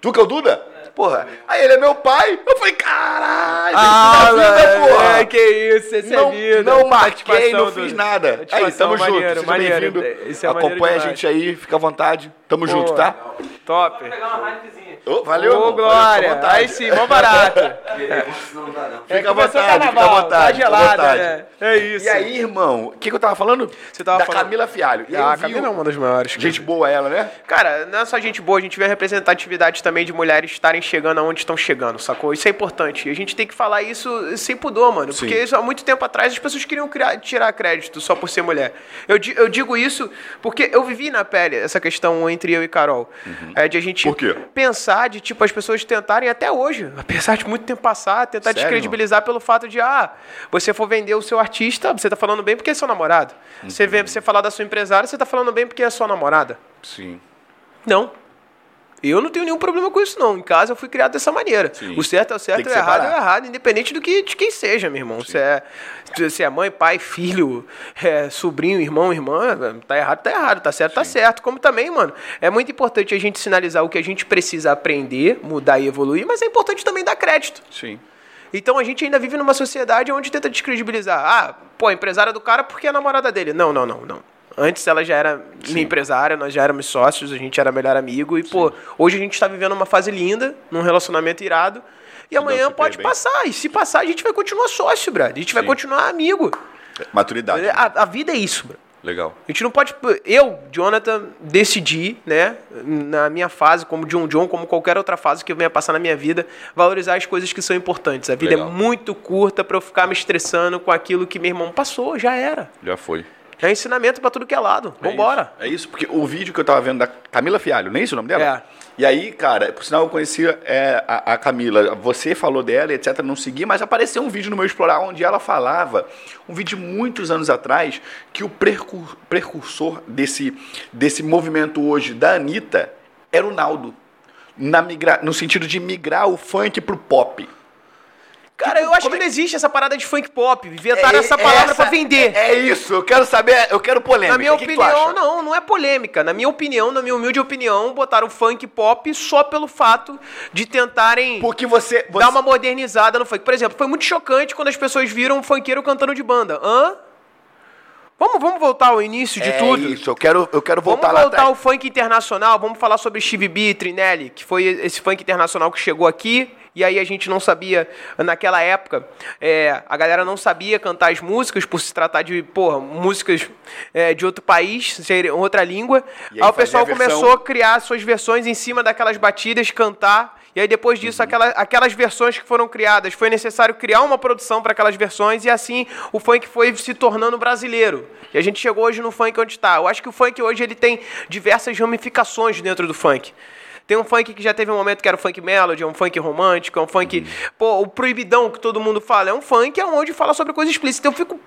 Tu que é o Duda? Porra. Aí ele é meu pai. Eu falei, caralho, Ah, isso na é vida, mano, porra. é, que isso, esse não, é vida. não marquei, não Satisfação, fiz Duda. nada. Aí, Satisfação, tamo junto, maneiro, seja maneiro. bem-vindo. Isso é maneiro Acompanha a demais. gente aí, fica à vontade. Tamo junto, Boa. tá? Top. Ô, valeu, Ô, irmão. Valeu, fica à Glória. vontade. Aí sim, mó barato. Fica à começou o vontade, fica à carnaval, vontade. Tá fica à gelada, vontade. né? É isso. E aí, irmão, o que, que eu tava falando? Você tava da falando- Camila Fialho. E aí eu Ah, a vi Camila é o- uma das maiores. cara. Gente boa ela, né? Cara, não é só gente boa, a gente vê a representatividade também de mulheres estarem chegando aonde estão chegando, sacou? Isso é importante. E a gente tem que falar isso sem pudor, mano. Sim. Porque isso, há muito tempo atrás as pessoas queriam criar- tirar crédito só por ser mulher. Eu, di- eu digo isso porque eu vivi na pele essa questão entre eu e Carol. É de a gente Uhum. Por quê? pensar, de tipo, as pessoas tentarem até hoje, apesar de muito tempo passar, tentar Sério, descredibilizar pelo fato de, ah, você for vender o seu artista, você tá falando bem porque é seu namorado. Você, vê, você falar da sua empresária, você tá falando bem porque é sua namorada. Sim. Não. Eu não tenho nenhum problema com isso, não. Em casa eu fui criado dessa maneira. Sim. O certo é o Tem certo, que o errado é o separar. errado, independente do que, de quem seja, meu irmão. Se é, se é mãe, pai, filho, é, sobrinho, irmão, irmã, tá errado, tá errado, tá certo, tá certo. Como também, mano, é muito importante a gente sinalizar o que a gente precisa aprender, mudar e evoluir, mas é importante também dar crédito. Sim. Então a gente ainda vive numa sociedade onde tenta descredibilizar. Ah, pô, a empresária do cara porque é a namorada dele. Não, não, não, não. Antes ela já era minha empresária, nós já éramos sócios, a gente era melhor amigo. E, pô, hoje a gente tá vivendo uma fase linda, num relacionamento irado. E amanhã super pode bem. passar. E se passar, a gente vai continuar sócio, brother. A gente vai Sim. continuar amigo. Maturidade. A, a vida é isso, brother. Legal. A gente não pode. Eu, Jonathan, decidi, né, na minha fase, como John John, como qualquer outra fase que eu venha passar na minha vida, valorizar as coisas que são importantes. A vida Legal. é muito curta pra eu ficar me estressando com aquilo que meu irmão passou, já era. Já foi. É ensinamento pra tudo que é lado. É Vambora. isso. É isso, porque o vídeo que eu tava vendo da Camila Fialho, não é isso o nome dela? É. E aí, cara, por sinal eu conhecia é, a, a Camila, você falou dela, etc, não segui, mas apareceu um vídeo no meu Explorar onde ela falava, um vídeo de muitos anos atrás, que o percu- precursor desse, desse movimento hoje da Anitta era o Naldo. Na migra, no sentido de migrar o funk pro pop. Cara, eu acho como que é- não existe essa parada de funk pop. Inventaram É- essa é palavra essa- pra vender. É isso, eu quero saber, eu quero polêmica. Na minha O que que tu opinião, acha? não, não é polêmica. Na minha opinião, na minha humilde opinião, botaram funk pop só pelo fato de tentarem. Porque você, você Dá uma modernizada no funk. Por exemplo, foi muito chocante quando as pessoas viram um funkeiro cantando de banda. Hã? Vamos, vamos voltar ao início de é tudo? Isso, eu quero, eu quero Vamos voltar voltar, lá atrás. ao funk internacional, vamos falar sobre Steve B e Trinelli, que foi esse funk internacional que chegou aqui, e aí a gente não sabia, naquela época, é, a galera não sabia cantar as músicas, por se tratar de, porra, músicas é, de outro país, ser outra língua. E aí aí o fazia pessoal a versão- começou a criar suas versões em cima daquelas batidas, cantar. E aí, depois disso, Uhum. aquela- aquelas versões que foram criadas, foi necessário criar uma produção para aquelas versões, e assim o funk foi se tornando brasileiro. E a gente chegou hoje no funk onde está. Eu acho que o funk hoje ele tem diversas ramificações dentro do funk. Tem um funk que já teve um momento que era o funk melody, é um funk romântico, é um funk. Uhum. Pô, o proibidão que todo mundo fala. É um funk onde fala sobre coisa explícita. Então Eu fico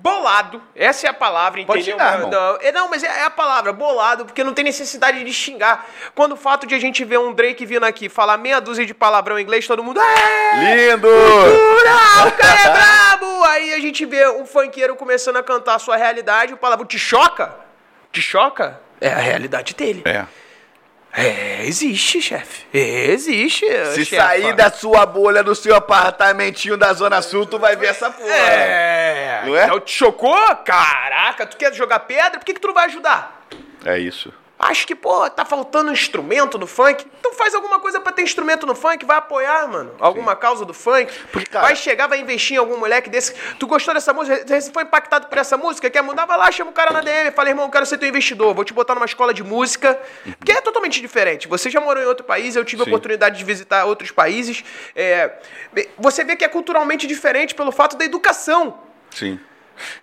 bolado. Essa é a palavra, Pode entendeu? xingar, irmão. não, é- não, mas é, é a palavra, bolado, porque não tem necessidade de xingar. Quando o fato de a gente ver um Drake vindo aqui falar meia dúzia de palavrão em inglês, todo mundo. "É, Lindo! cultura, o cara é brabo! Aí a gente vê um funkeiro começando a cantar a sua realidade, o palavrão te choca? Te choca? É a realidade dele. É. É, existe, chefe. É, Existe. Se chefa. sair da sua bolha do seu apartamentinho da Zona Sul, tu vai ver essa porra. É. Não é? Então te chocou? Caraca, tu quer jogar pedra? Por que, que tu não vai ajudar? É isso. Acho que, pô, tá faltando um instrumento no funk. Então faz alguma coisa pra ter instrumento no funk, vai apoiar, mano. Alguma causa do funk. Porque, cara- vai chegar, vai investir em algum moleque desse. Tu gostou dessa música? Você foi impactado por essa música? Quer mudar? Vai lá, chama o cara na DM. Fala, irmão, eu quero ser teu investidor. Vou te botar numa escola de música. Porque é totalmente diferente. Você já morou em outro país, eu tive a Uhum. Sim. oportunidade de visitar outros países. É, Você vê que é culturalmente diferente pelo fato da educação. Sim,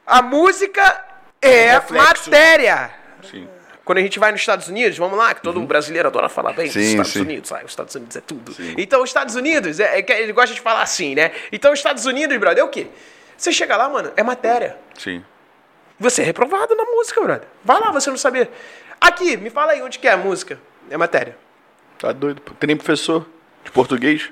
A música é Reflexo. matéria. sim. Quando a gente vai nos Estados Unidos, vamos lá, que todo brasileiro adora falar bem Uhum. Sim, dos Estados sim. Unidos. Ah, os Estados Unidos é tudo. Então, os Estados Unidos, é, é que ele gosta de falar assim, né? Então, os Estados Unidos, brother, é o quê? Você chega lá, mano, é matéria. Sim. Você é reprovado na música, brother. Vai lá, você não sabia. Aqui, me fala aí onde que é a música. É matéria. Tá doido. pô. Tem nem professor de português?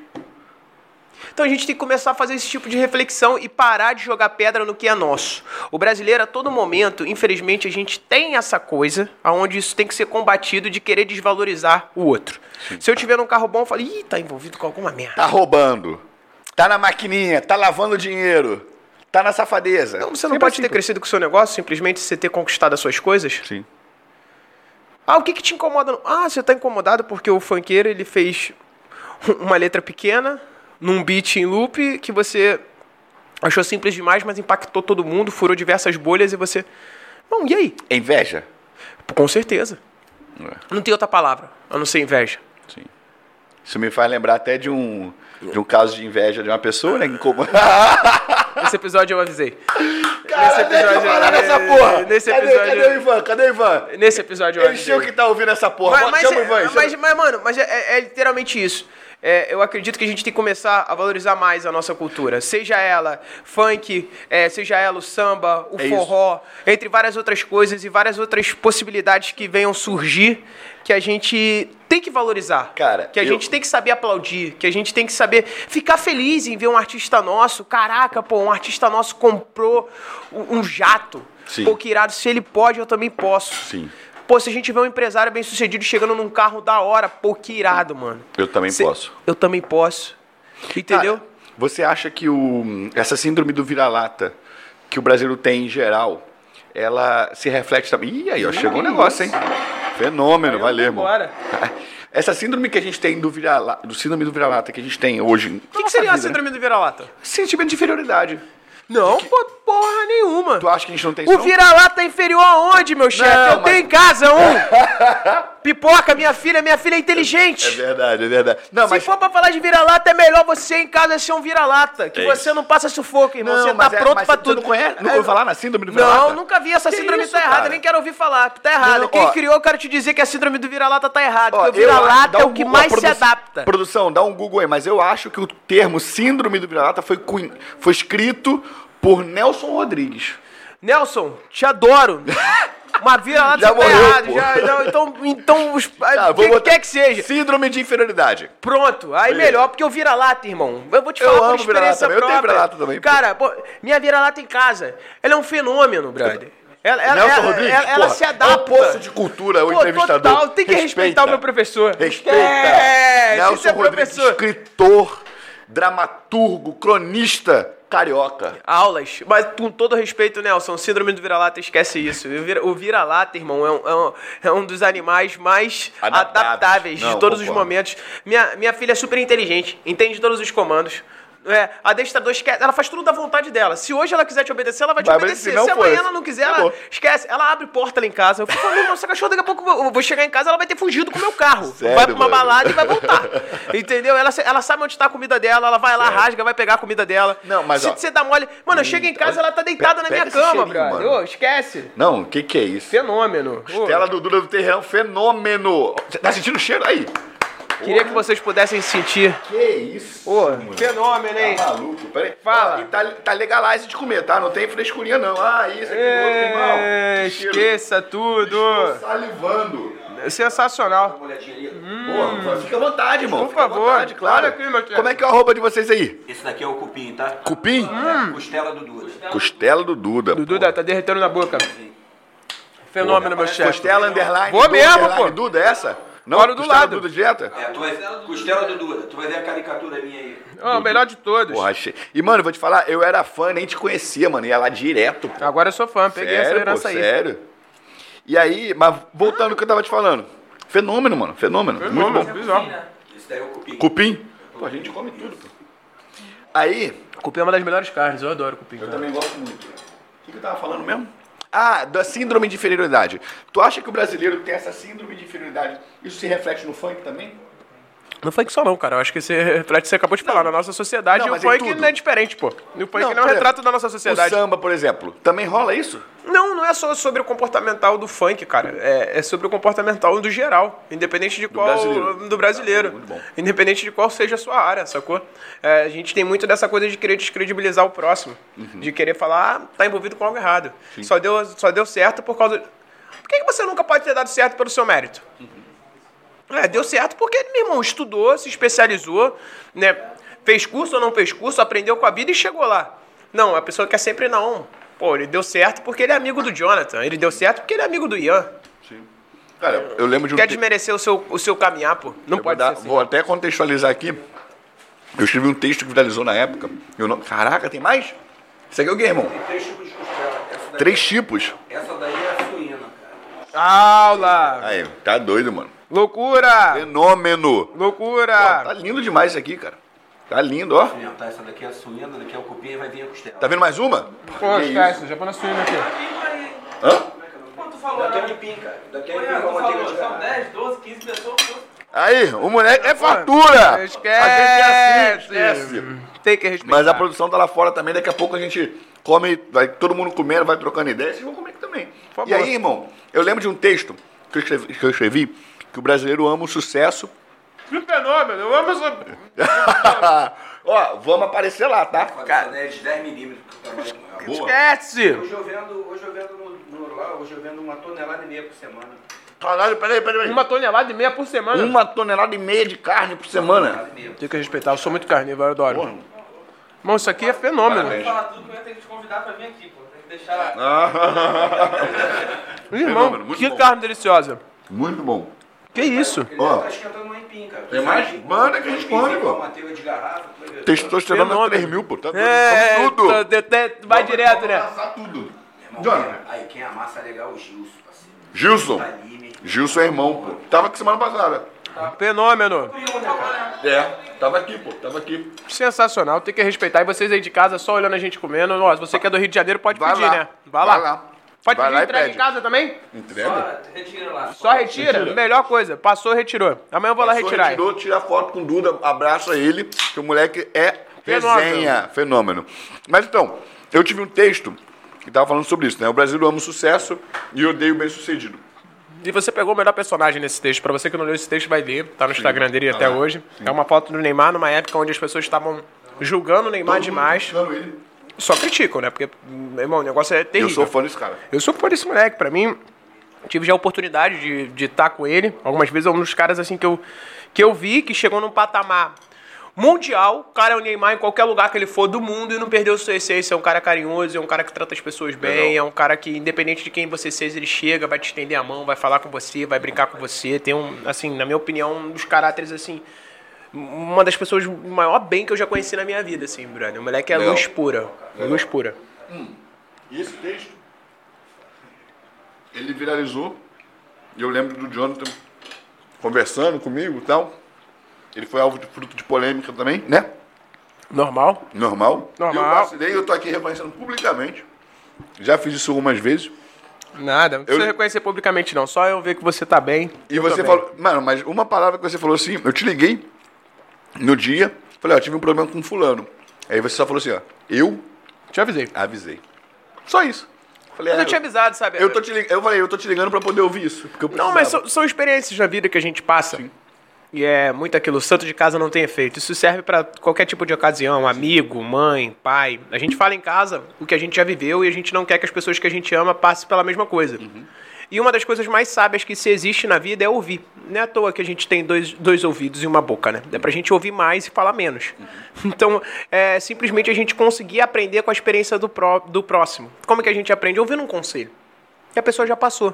Então a gente tem que começar a fazer esse tipo de reflexão e parar de jogar pedra no que é nosso. O brasileiro, a todo momento, infelizmente, a gente tem essa coisa aonde isso tem que ser combatido de querer desvalorizar o outro. Se eu tiver num carro bom, eu falo, ih, tá envolvido com alguma merda. Tá roubando. Tá na maquininha, tá lavando dinheiro. Tá na safadeza. assim, Então, você não pode ter crescido com o seu negócio, simplesmente você ter conquistado as suas coisas? Sim. Ah, o que, que te incomoda? no- Ah, você tá incomodado porque o funkeiro ele fez uma letra pequena, num beat em loop, que você achou simples demais, mas impactou todo mundo, furou diversas bolhas e você. Bom, e aí? É Inveja? Com certeza. Não tem outra palavra, a não ser inveja. Sim. Isso me faz lembrar até de um, de um caso de inveja de uma pessoa, né? Que incomoda. Nesse episódio eu avisei. Cara, Nesse deixa eu episódio- falar nessa porra. nesse cadê, episódio- cadê o Ivan? Cadê o Ivan? Nesse episódio eu Ele avisei. cheio que tá ouvindo essa porra. Mas, Bota- mas, chama o é- Ivan. chama- mas- mas, mano, mas é, é literalmente isso. É, eu acredito que a gente tem que começar a valorizar mais a nossa cultura. Seja ela funk, é, seja ela o samba, o É isso. forró, entre várias outras coisas e várias outras possibilidades que venham surgir que a gente tem que valorizar. Cara, que a eu- gente tem que saber aplaudir, que a gente tem que saber ficar feliz em ver um artista nosso. Caraca, pô, um artista nosso comprou um um jato. Sim. Pô, que irado, se ele pode, eu também posso. Sim. Pô, se a gente vê um empresário bem sucedido chegando num carro da hora, pô, que irado, mano. Eu também Cê- posso. Eu também posso. Entendeu? Cara, você acha que o, essa síndrome do vira-lata que o brasileiro tem em geral, ela se reflete também. Ih, aí, ó, chegou um negócio, hein? Fenômeno, valeu, irmão. Vambora. Essa síndrome que a gente tem do vira-lata, do síndrome do vira-lata que a gente tem hoje. O que, que seria a né? síndrome do vira-lata? Sentimento de inferioridade. Não, pô, porra nenhuma. Tu acha que a gente não tem O isso? não? vira-lata é inferior aonde, meu chefe? Eu mas- tenho em casa um. Pipoca, minha filha, minha filha é inteligente. É verdade, é verdade. Não, Se mas. for pra falar de vira-lata, é melhor você em casa ser um vira-lata. Que É você não passa sufoco, irmão. você tá mas é- pronto mas pra você tudo. Não conhece? Nunca É, ouviu falar na síndrome do vira-lata? Não, nunca vi essa Que síndrome, isso, tá errada, cara? nem quero ouvir falar, tá errada. Não, Quem ó. criou, eu quero te dizer que a síndrome do vira-lata tá errada, Ó, porque o eu acho- vira-lata dá é um o que Google, ó, mais se produ- adapta. Produção, dá um Google aí, mas eu acho que o termo síndrome do vira-lata foi, cun- foi escrito por Nelson Rodrigues. Nelson, te adoro. Uma vira-lata Já tá morreu, errada, pô. já- já- então, então os, Tá, o que, que quer que seja. Síndrome de inferioridade. Pronto, aí Beleza. melhor, porque eu vira-lata, irmão. Eu vou te Eu falar por amo vira-lata experiência também, eu tenho própria. vira-lata também, pô. Cara, pô, minha vira-lata em casa, ela é um fenômeno, brother. Ela, ela- Nelson ela- Rodrigues, ela- ela porra, se adapta. É um poço de cultura, o Pô, entrevistador. total, tem que respeitar o meu professor. Respeita. É, Nelson isso é Rodrigues, professor. escritor, dramaturgo, cronista carioca. Aulas. Mas com todo respeito, Nelson, síndrome do vira-lata, esquece isso. O vira- O vira-lata, irmão, é um, é, um, é um dos animais mais adaptáveis, Adaptáveis. de Não, todos os concordo. momentos. Minha, minha filha é super inteligente, entende todos os comandos. É, a adestrador esquece, ela faz tudo da vontade dela. Se hoje ela quiser te obedecer, ela vai te Vai obedecer. obedecer, não, Se amanhã foda-se. ela não quiser, ela Acabou. esquece. Ela abre porta lá em casa. Eu fico, meu nossa cachorro daqui a pouco eu vou chegar em casa, ela vai ter fugido com o meu carro. Sério, vai pra uma mano? balada e vai voltar. Entendeu? Ela, ela sabe onde tá a comida dela, ela vai lá, rasga, vai pegar a comida dela. Não, mas, Se ó, hum, você dá mole. Mano, eu chego em casa, ela tá deitada Pe- na minha pega esse cama, cheirinho, brother. mano. Ô, esquece. Não, o que que é isso? Fenômeno. Ô, Tela do Dura do Terrão, fenômeno. Você tá sentindo o cheiro aí? queria que vocês pudessem sentir. Que isso? Ô, fenômeno, hein? Tá maluco, peraí. Fala. E tá, tá legalize de comer, tá? Não tem frescurinha não. Ah, isso aqui, outro, irmão. É, Que cheiro. esqueça tudo. Tô salivando. Sensacional. Pô, fica à vontade, irmão. Hum. Por Fica à favor. vontade, claro. Olha aqui, meu chefe. Como é que é o arroba de vocês aí? Esse daqui é o cupim, tá? Cupim? É, costela do Duda. Costela do Duda. Dudu tá derretendo na boca. Fenômeno, meu chefe. Costela underline. Vou Duda, mesmo, underline pô. Duda, é essa? Não, Olha do costela lado. Duda dieta? É, tu vai, costela do Duda. Tu vai ver a caricatura minha aí. Ó, o melhor de todos. Porra, achei. E, mano, vou te falar, eu era fã, nem te conhecia, mano. Ia lá direto, pô. Agora eu sou fã, peguei essa sério, pô, herança aí. sério. E aí, mas voltando ao que eu tava te falando. Fenômeno, mano. Fenômeno. Muito bom. bizarro. Esse daí é o cupim. Cupim. Pô, a gente come tudo, pô. Aí, Cupim é uma das melhores carnes, eu adoro cupim. Eu cara. também gosto muito. O que que eu tava falando mesmo? Ah, da síndrome de inferioridade. Tu acha que o brasileiro tem essa síndrome de inferioridade? Isso se reflete no funk também? Não foi que só não, cara. Eu acho que esse reflete que você acabou de falar. Na nossa sociedade, Não, o mas em funk tudo. não é diferente, pô. O funk não, é por um retrato exemplo, da nossa sociedade. O samba, por exemplo, também rola isso? Não, não é só sobre o comportamental do funk, cara. É, é sobre o comportamental do geral. Independente de qual. brasileiro. Do brasileiro. Muito bom. Independente de qual seja a sua área, sacou? É, a gente tem muito dessa coisa de querer descredibilizar o próximo. Uhum. De querer falar, ah, tá envolvido com algo errado. Só deu, só deu certo por causa. Por que, que você nunca pode ter dado certo pelo seu mérito? É, deu certo porque, meu irmão, estudou, se especializou, né? Fez curso ou não fez curso, aprendeu com a vida e chegou lá. Não, a pessoa quer sempre não. Pô, ele deu certo porque ele é amigo do Jonathan. Ele deu certo porque ele é amigo do Ian. Sim. Cara, eu lembro de um Quer te- desmerecer o seu, o seu caminhar, pô. Não Eu pode vou, dar- ser assim. vou até contextualizar aqui. Eu escrevi um texto que viralizou na época. Eu não... Caraca, tem mais? Isso aqui é o quê, irmão? Tem três tipos de costela. Essa daí, Três tipos. essa daí é a suína, cara. assim. Aula! Aí, tá doido, mano. Loucura! Fenômeno. Pô, tá Loucura! lindo demais isso aqui, cara. Tá lindo, ó. Inventar essa daqui é a suína, daqui é o cupim e vai vir a costela. Tá vendo mais uma? Pô, Que esquece, já põe na suína aqui. isso? Hã? Pô, tu falou, Daqui é o né? cupim, cara. Daqui é o Olha, cupim tu com a manteiga falou, de são carne. 10, 12, 15 pessoas. Aí, o moleque é fatura. A gente é assim, Esquece. esquece. Tem que respeitar. Mas a produção tá lá fora também, daqui a pouco a gente come, vai todo mundo comendo, vai trocando ideias, vocês vão comer aqui também. Por favor. E aí, irmão, eu lembro de um texto que eu escrevi, que eu escrevi, que o brasileiro ama o sucesso. Que fenômeno, eu amo essa... Ah, Ó, vamos aparecer lá, tá? Faz Essa Cara, daí é de 10 milímetros que eu trabalho com ela. boa. Esquece! Hoje eu vendo, hoje eu vendo no, no lá, hoje eu vendo uma tonelada e meia por semana. Caralho, peraí, peraí. Uma, Uma tonelada e meia por semana. uma tonelada e meia de carne por semana. Tonelada e meia. Tem que respeitar, eu sou muito carnívoro, eu adoro. Porra. Mano, isso aqui é fenômeno. Parabéns. Falar tudo que eu ia ter que te convidar pra vir aqui, pô. Tem que deixar. Irmão, Fenômeno, muito que bom. carne deliciosa. Muito bom. Que isso? Ele Ó. tá esquentando uma empim, cara. Tem mais? Manda que a gente come, pô. Uma manteiga de garrafa, tu vai ver. Testosterona Fenômeno. 3 mil, pô. Tá tudo. É, come tudo. tá- tá- tá- vai direto, Vamos né? Passar tudo. Irmão, Jonathan. Aí quem amassa legal é o Gilson, parceiro. Gilson. Tá ali, meu irmão. Gilson é irmão, pô. Tava aqui semana passada. Fenômeno. Tá É, tava aqui, pô. Tava aqui. Sensacional, tem que respeitar. E vocês aí de casa, só olhando a gente comendo. Ó, se você que é do Rio de Janeiro, pode Vai pedir, lá. né? Vai, Vai lá. lá. Vai Pode pedir lá e entrega pede. em casa também? Entrega? Só retira lá. Só retira. Melhor coisa. Passou, retirou. Amanhã eu vou lá Passou, retirar. hein? Retirou, tira foto com o Duda, abraça ele, que o moleque é Fenômeno. resenha, fenômeno. Mas então, eu tive um texto que tava falando sobre isso, né? O Brasil ama o sucesso e odeia o bem-sucedido. E você pegou o melhor personagem nesse texto. Pra você que não leu esse texto, vai ler. Tá no Instagram dele até hoje. É uma foto do Neymar numa época onde as pessoas estavam julgando o Neymar demais. Todo mundo criticando ele. Só criticam, né? Porque, meu irmão, o negócio é terrível. Eu sou fã desse cara. Eu sou fã desse moleque, pra mim. Tive já a oportunidade de, de estar com ele. Algumas vezes é um dos caras assim que eu, que eu vi que chegou num patamar mundial. O cara é o Neymar em qualquer lugar que ele for do mundo e não perdeu sua essência. É um cara carinhoso, é um cara que trata as pessoas bem, Legal. é um cara que, independente de quem você seja, ele chega, vai te estender a mão, vai falar com você, vai brincar com você. Tem um, assim, na minha opinião, um dos caráteres assim. Uma das pessoas o maior bem que eu já conheci na minha vida, assim, brother. O moleque é Legal. luz pura. Luz pura. E esse texto, ele viralizou. E eu lembro do Jonathan conversando comigo e tal. Ele foi alvo de fruto de polêmica também, né? Normal? Normal. Normal. Eu vacilei, eu tô aqui reconhecendo publicamente. Já fiz isso algumas vezes. Nada, não precisa Eu- reconhecer publicamente não, só eu ver que você tá bem. E você falou, mano, mas uma palavra que você falou assim, eu te liguei no dia, falei, ó, tive um problema com fulano. Aí você só falou assim, ó, eu Te avisei. avisei. Só isso. Falei, Mas ah, eu tinha avisado, sabe? eu tô te lig... eu falei, eu tô te ligando pra poder ouvir isso, porque eu Não, mas precisava. são, são experiências na vida que a gente passa. E é muito aquilo, santo de casa não tem efeito. Isso serve pra qualquer tipo de ocasião, amigo, mãe, pai. A gente fala em casa o que a gente já viveu e a gente não quer que as pessoas que a gente ama passem pela mesma coisa. E uma das coisas mais sábias que se existe na vida é ouvir. Não é à toa que a gente tem dois, dois ouvidos e uma boca, né? É pra gente ouvir mais e falar menos. Então, é simplesmente a gente conseguir aprender com a experiência do, pró do próximo. Como que a gente aprende? Ouvindo um conselho que a pessoa já passou.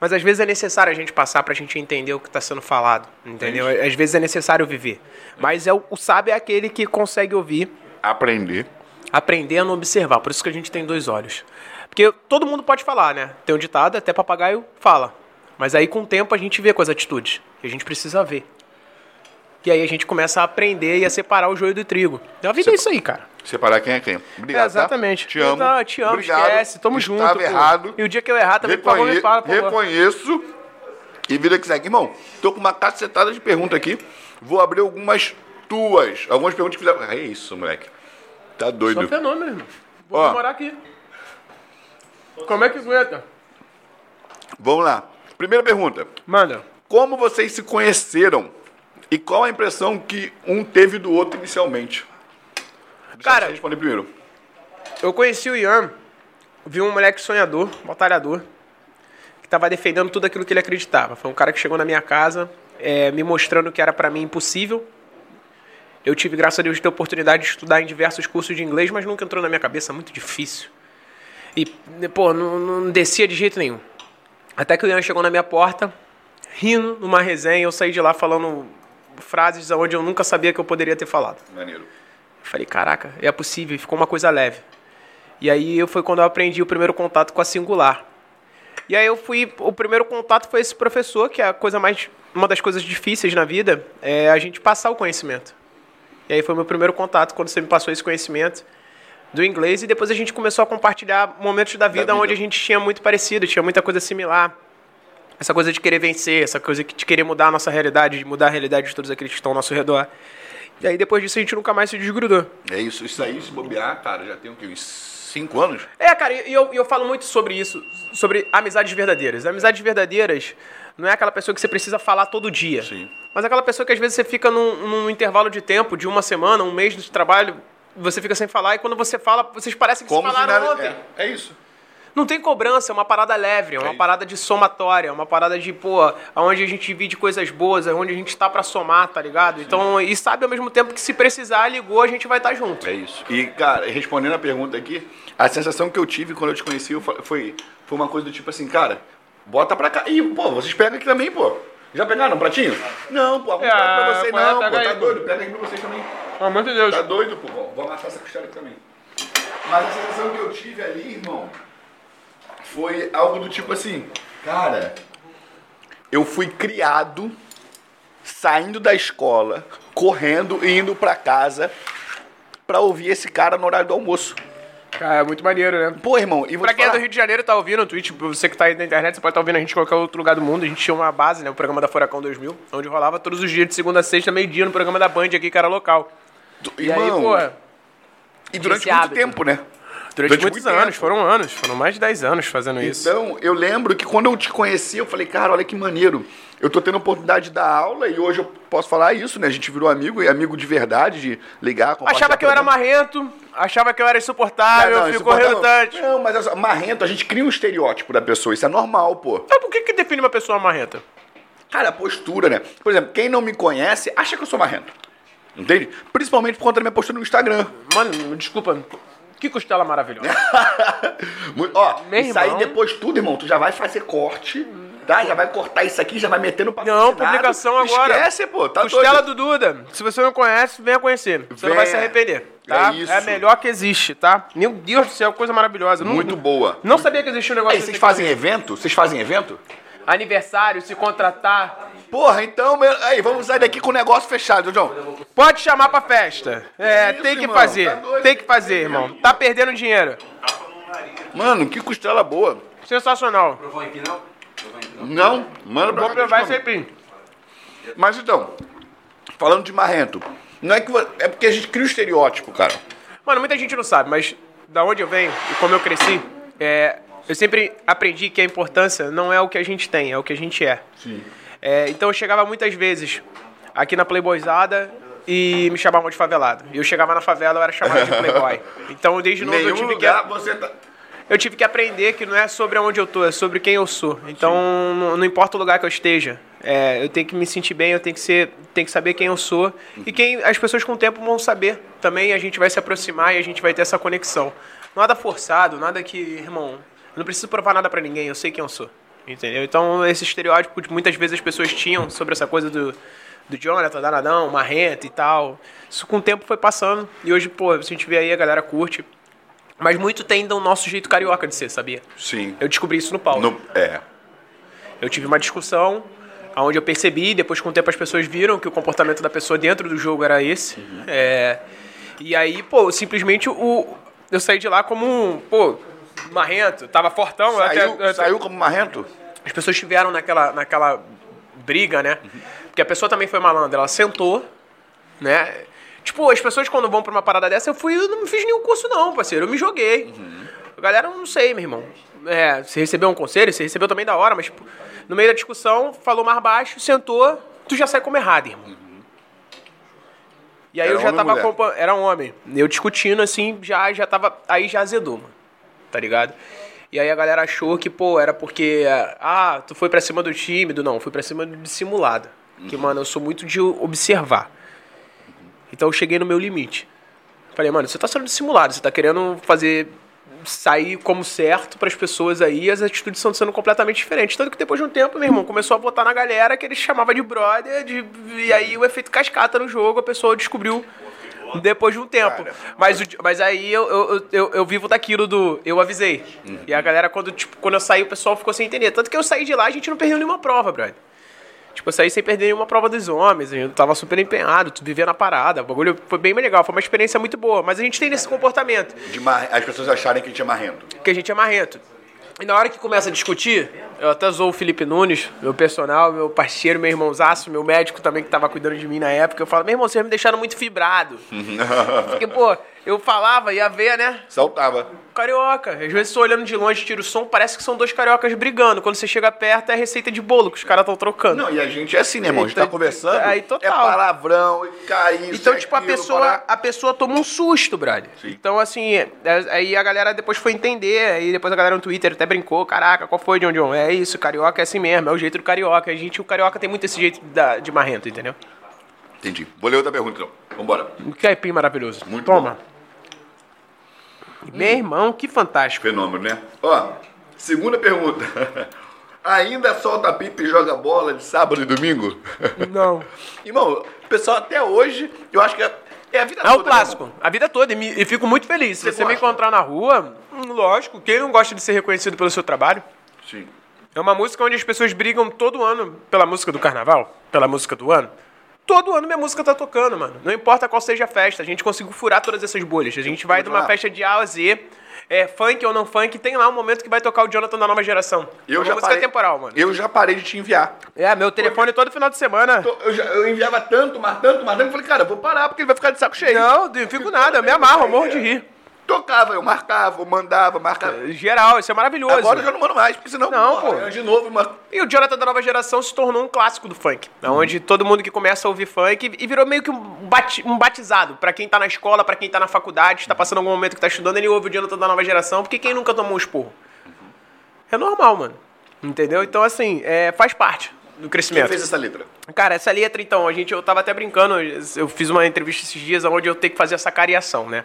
Mas às vezes é necessário a gente passar pra gente entender o que tá sendo falado, entendeu? Às vezes é necessário viver. Mas é o, o sábio é aquele que consegue ouvir, aprender. aprender a não observar. Por isso que a gente tem dois olhos. Porque todo mundo pode falar, né? Tem um ditado, até papagaio fala. Mas aí com o tempo a gente vê com as atitudes. E a gente precisa ver. E aí a gente começa a aprender e a separar o joio do trigo. A vida é isso aí, cara. Separar quem é quem. Obrigado. É, tá? exatamente. Te amo. Não, te amo, Obrigado. esquece. Tamo junto. Estava pô. errado. E o dia que eu errar também, por favor, Reconhe- me fala, por favor. Reconheço. E vida que segue. Irmão, tô com uma cacetada de pergunta aqui. Vou abrir algumas tuas. Algumas perguntas que fizeram. Ah, É isso, moleque. Tá Só doido. fenômeno, irmão. Vou Ó. morar aqui. Como é que aguenta? Vamos lá. Primeira pergunta. Manda. Como vocês se conheceram? E qual a impressão que um teve do outro inicialmente? Deixa Cara- você responder primeiro. Eu conheci o Ian, vi um moleque sonhador, batalhador, que tava defendendo tudo aquilo que ele é, acreditava. Foi um cara que chegou na minha casa, eh, me mostrando que era pra mim impossível, Eu tive, graças a Deus, a oportunidade de estudar em diversos cursos de inglês, mas nunca entrou na minha cabeça, muito difícil. E, pô, não, não descia de jeito nenhum. Até que o Ian chegou na minha porta, rindo numa resenha, e eu saí de lá falando frases onde eu nunca sabia que eu poderia ter falado. Maneiro. Eu falei, caraca, é possível, e ficou uma coisa leve. E aí eu- foi quando eu aprendi o primeiro contato com a singular. E aí eu fui, o primeiro contato foi esse professor, que é a coisa mais, uma das coisas difíceis na vida, é a gente passar o conhecimento. E aí foi o meu primeiro contato, quando você me passou esse conhecimento do inglês, e depois a gente começou a compartilhar momentos da vida, vida. onde a gente tinha muito parecido, tinha muita coisa similar. Essa coisa de querer vencer, essa coisa de querer mudar a nossa realidade, de mudar a realidade de todos aqueles que estão ao nosso redor. E aí depois disso a gente nunca mais se desgrudou. É isso, isso aí, se bobear, cara, já tem o quê? Uns 5 anos? É, cara, e eu, e eu falo muito sobre isso, sobre amizades verdadeiras. Amizades verdadeiras não é aquela pessoa que você precisa falar todo dia. Sim. Mas é aquela pessoa que às vezes você fica num, num intervalo de tempo, de uma semana, um mês de trabalho, você fica sem falar, e quando você fala, vocês parecem que se se falaram nada- ontem. É, é isso. Não tem cobrança, é uma parada leve, é uma isso. parada de somatória, é uma parada de, pô, onde a gente divide coisas boas, é onde a gente tá pra somar, tá ligado? Então, e sabe ao mesmo tempo que se precisar, ligou, a gente vai estar junto. É isso. E, cara, respondendo a pergunta aqui, a sensação que eu tive quando eu te conheci eu fa- foi, foi uma coisa do tipo assim, cara, bota pra cá. Ih, pô, vocês pegam aqui também, pô. Já pegaram um pratinho? Não, pô, arruma um Ah, prato pra você qual é? não, pô. Pega Tá aí, pô. doido, pega aqui pra vocês também. Pelo amor de Deus. Tá doido, pô. Vou- Vou amassar essa costela aqui também. Mas a sensação que eu tive ali, irmão, foi algo do tipo assim, cara, eu fui criado saindo da escola, correndo e indo pra casa pra ouvir esse cara no horário do almoço. Cara, é muito maneiro, né? Pô, irmão, e vou Pra te quem é do falar, Rio de Janeiro, tá ouvindo o Twitch, você que tá aí na internet, você pode estar ouvindo a gente em qualquer outro lugar do mundo. A gente tinha uma base, né? O programa da Furacão 2000, onde rolava todos os dias, de segunda a sexta, meio-dia, no programa da Band aqui, cara local. tu- E aí, irmão, porra, e durante esse muito hábito. tempo, né? durante, durante muitos muito anos, tempo. foram anos, foram mais de 10 anos fazendo isso. Então, eu lembro que quando eu te conheci, eu falei, cara, olha que maneiro. Eu tô tendo a oportunidade da aula e hoje eu posso falar isso, né? A gente virou amigo e amigo de verdade, de ligar, compartilhar. Achava que eu era programa. marrento, achava que eu era insuportável, Ah, não, ficou isso- relutante. Não, mas essa- marrento, a gente cria um estereótipo da pessoa, isso é normal, pô. Mas Então, por que, que define uma pessoa marrenta? Cara, a postura, né? Por exemplo, quem não me conhece acha que eu sou marrento. Entende? Principalmente por conta da minha postura no Instagram. Mano, desculpa, que costela maravilhosa. Mu- Ó, Meu isso aí irmão. depois tudo, irmão, tu já vai fazer corte, tá? Já vai cortar isso aqui, já vai meter no papel. Não, publicação agora. Esquece, pô, tá Costela doido. do Duda. Se você não conhece, venha conhecer. Você não Venha. vai se arrepender. Tá? É isso. a melhor que existe, tá? Meu Deus do céu, coisa maravilhosa. Não- Muito boa. Não sabia que existia um negócio Aí, vocês desse. fazem evento? Vocês fazem evento? Aniversário, se contratar. Porra, então, meu- aí, vamos sair daqui com o negócio fechado, João. Pode chamar pra festa. É, Isso, tem que irmão, fazer. tá doido. tem que fazer, irmão. Tá perdendo dinheiro. Mano, que costela boa. Sensacional. Provou em pinão? Provou em pinão? Não, manda pra Vou cá que eu te provar como. esse pin. Mas então, falando de marrento, não é que vo- é porque a gente cria o estereótipo, cara. Mano, muita gente não sabe, mas da onde eu venho e como eu cresci, é, eu sempre aprendi que a importância não é o que a gente tem, é o que a gente é. Sim. então eu chegava muitas vezes aqui na Playboyzada e me chamavam de favelado. E eu chegava na favela, eu era chamado de playboy. Então desde novo eu Nenhum tive lugar que você tá eu tive que aprender que não é sobre onde eu tô, é sobre quem eu sou. Então, não, não importa o lugar que eu esteja, é, eu tenho que me sentir bem, eu tenho que ser, tenho que saber quem eu sou e quem as pessoas com o tempo vão saber. Também a gente vai se aproximar e a gente vai ter essa conexão. Nada forçado, nada que, irmão, eu não preciso provar nada pra ninguém, eu sei quem eu sou. Entendeu? Então, esse estereótipo que muitas vezes as pessoas tinham sobre essa coisa do do Jonathan, Danadão, Marrenta e tal. Isso com o tempo foi passando. E hoje, pô, a gente vê aí, a galera curte. Mas muito tem do nosso jeito carioca de ser, sabia? Sim. Eu descobri isso no palco. No- é. Eu tive uma discussão onde eu percebi, depois com o tempo as pessoas viram que o comportamento da pessoa dentro do jogo era esse. Uhum. É, e aí, pô, simplesmente o, eu saí de lá como um, pô, marrento, tava fortão. eu até- Saiu, eu até- saiu como marrento? as pessoas tiveram naquela, naquela briga, né? Uhum. Porque a pessoa também foi malandra, ela sentou, né? Tipo, as pessoas quando vão pra uma parada dessa, eu fui, eu não fiz nenhum curso não, parceiro, eu me joguei. Uhum. A galera, eu não sei, meu irmão. É, você recebeu um conselho, você recebeu também da hora, mas tipo, no meio da discussão, falou mais baixo, sentou, tu já sai como errado, irmão. E aí Era eu já homem ou tava mulher? acompanhando, era homem. Eu discutindo assim, já já tava, aí já azedou, mano tá ligado? E aí a galera achou que, pô, era porque, ah, tu foi pra cima do Uhum. tímido. Não, fui pra cima do dissimulado. Que, mano, eu sou muito de observar. Então eu cheguei no meu limite. Falei, mano, você tá sendo dissimulado, você tá querendo fazer sair como certo pras pessoas aí, as atitudes estão sendo completamente diferentes. Tanto que depois de um tempo, meu irmão, começou a botar na galera que ele chamava de brother, de- e aí o efeito cascata no jogo, a pessoa descobriu depois de um tempo. Cara. Mas, o- mas aí eu, eu, eu, eu vivo daquilo do eu avisei. E a galera, quando, tipo, quando eu saí, o pessoal ficou sem entender. Tanto que eu saí de lá, a gente não perdeu nenhuma prova, brother. Tipo, eu saí sem perder nenhuma prova dos homens, eu tava super empenhado, tu vivia na parada, o bagulho foi bem legal, foi uma experiência muito boa, mas a gente tem esse comportamento, De mar- As pessoas acharem que a gente é marrento. que a gente é marrento. E na hora que começa a discutir, eu até zoo o Felipe Nunes, meu personal, meu parceiro, meu irmãozaço, meu médico também que tava cuidando de mim na época, eu falo, meu irmão, vocês me deixaram muito fibrado. Porque, pô, eu falava, ia ver, né? Saltava. Carioca. Às vezes você olhando de longe, tira o som, parece que são dois cariocas brigando. Quando você chega perto, é receita de bolo que os caras estão trocando. Não, e a gente é assim, né, irmão? A gente tá Então, conversando. aí, É total. palavrão, e cair. Então, tipo, a pessoa, a pessoa toma um susto, brother. é Sim. Então, assim, é- aí a galera depois foi entender, aí depois a galera no Twitter até brincou, caraca, qual foi, John John? É isso, carioca é assim mesmo, é o jeito do carioca. A gente, o carioca tem muito esse jeito da- de marrento, entendeu? Entendi. Vou ler outra pergunta, então. Vambora. Um caipim maravilhoso. Muito Toma. Meu irmão, que fantástico. Fenômeno, né? Ó, segunda pergunta. Ainda solta pipa e joga bola de sábado e domingo? Não. Irmão, o pessoal até hoje, eu acho que é, é a vida É o toda, né, irmão? clássico, a vida toda, e, me- e fico muito feliz. Se Você você me gosta? encontrar na rua, hum, lógico, quem não gosta de ser reconhecido pelo seu trabalho? Sim. É uma música onde as pessoas brigam todo ano pela música do carnaval, pela música do ano. Todo ano minha música tá tocando, mano. Não importa qual seja a festa, a gente conseguiu furar todas essas bolhas. A gente vai de uma lá. festa de A a Z, é, funk ou não funk, tem lá um momento que vai tocar o Jonathan da nova geração. é Eu uma já música parei, temporal, mano. Eu já parei de te enviar. É, meu telefone todo final de semana. Tô- Eu, já- eu enviava tanto, mas tanto, mas tanto, eu falei, cara, eu vou parar porque ele vai ficar de saco cheio. Não, não fico nada, eu me amarro, eu morro de rir. Tocava, eu marcava, eu mandava, marcava. Geral, isso é maravilhoso. Agora eu já não mando mais, porque senão Não, porra, pô. de novo, mano. E o Jonathan da nova geração se tornou um clássico do funk. Onde todo mundo que começa a ouvir funk e virou meio que um, bati- um batizado. Pra quem tá na escola, pra quem tá na faculdade, tá passando algum momento que tá estudando, ele ouve o Jonathan da nova geração, porque quem nunca tomou um esporro? Uhum. É normal, mano. Entendeu? Então, assim, é, faz parte do Quem crescimento. fez essa letra? Cara, essa letra, então, a gente, eu tava até brincando, eu fiz uma entrevista esses dias onde eu tenho que fazer essa cariação, né?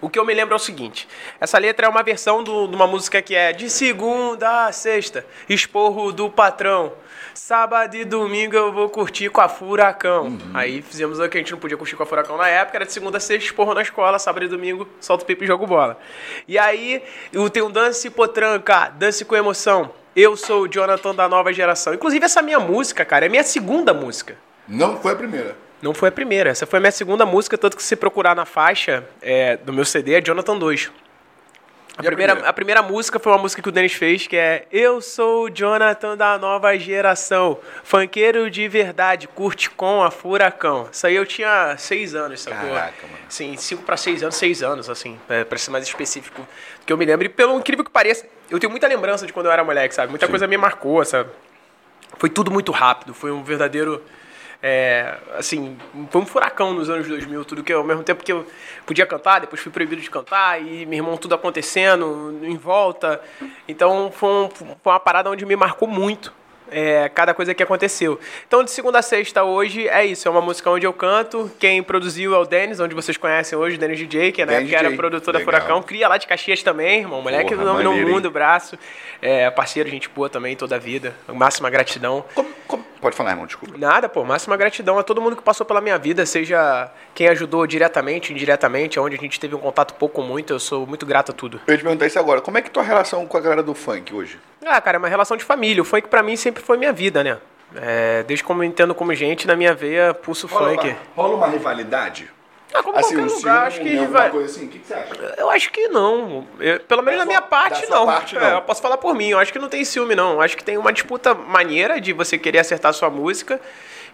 O que eu me lembro é o seguinte, essa letra é uma versão do- de uma música que é de segunda a sexta, esporro do patrão, sábado e domingo eu vou curtir com a Furacão. Aí fizemos o que a gente não podia curtir com a Furacão na época, era de segunda a sexta, esporro na escola, sábado e domingo, solto pipa e jogo bola. E aí, eu tenho um dance potranca, dance com emoção, eu sou o Jonathan da nova geração. Inclusive, essa minha música, cara, é minha segunda música. Não foi a primeira. Não foi a primeira, essa foi a minha segunda música, tanto que se procurar na faixa é, do meu CD é Jonathan 2. A E a primeira, primeira? a primeira música foi uma música que o Denis fez, que é Eu sou o Jonathan da nova geração, funkeiro de verdade, curte com a furacão. Isso aí eu tinha seis anos, sacou? Caraca, mano. Sim, cinco pra seis anos, seis anos, assim, é, pra ser mais específico do que eu me lembro. E pelo incrível que pareça, eu tenho muita lembrança de quando eu era moleque, sabe? Muita coisa me marcou, sabe? Foi tudo muito rápido, foi um verdadeiro. é, assim, foi um furacão nos anos 2000, tudo que eu- ao mesmo tempo que eu podia cantar, depois fui proibido de cantar, e meu irmão, tudo acontecendo em volta. Então foi, um- foi uma parada onde me marcou muito é, cada coisa que aconteceu. Então, de segunda a sexta hoje é isso, é uma música onde eu canto. Quem produziu é o Denis, onde vocês conhecem hoje, o Denis DJ, que na Denis época era DJ, produtor da legal. Furacão, cria lá de Caxias também, irmão. Moleque Porra, do nome maneiro, no hein? mundo, braço. É, parceiro, gente boa também, toda a vida. Máxima gratidão. Como- como- Pode falar, irmão, desculpa. Nada, pô, máxima gratidão a todo mundo que passou pela minha vida, seja quem ajudou diretamente, indiretamente, onde a gente teve um contato pouco ou muito, eu sou muito grato a tudo. Eu ia te perguntar isso agora. Como é que tua relação com a galera do funk hoje? Ah, cara, é uma relação de família. O funk pra mim sempre foi minha vida, né? É, desde como eu entendo como gente, na minha veia, pulso funk. uma, rola uma rivalidade? Ah, como assim, um qualquer ciúme, lugar, acho que alguma vai. coisa assim? O que, que você acha? Eu acho que não. Eu- pelo menos Da na minha sua- parte, da sua não. parte, É, não. eu posso falar por mim. Eu acho que não tem ciúme, não. Eu acho que tem uma disputa maneira de você querer acertar sua música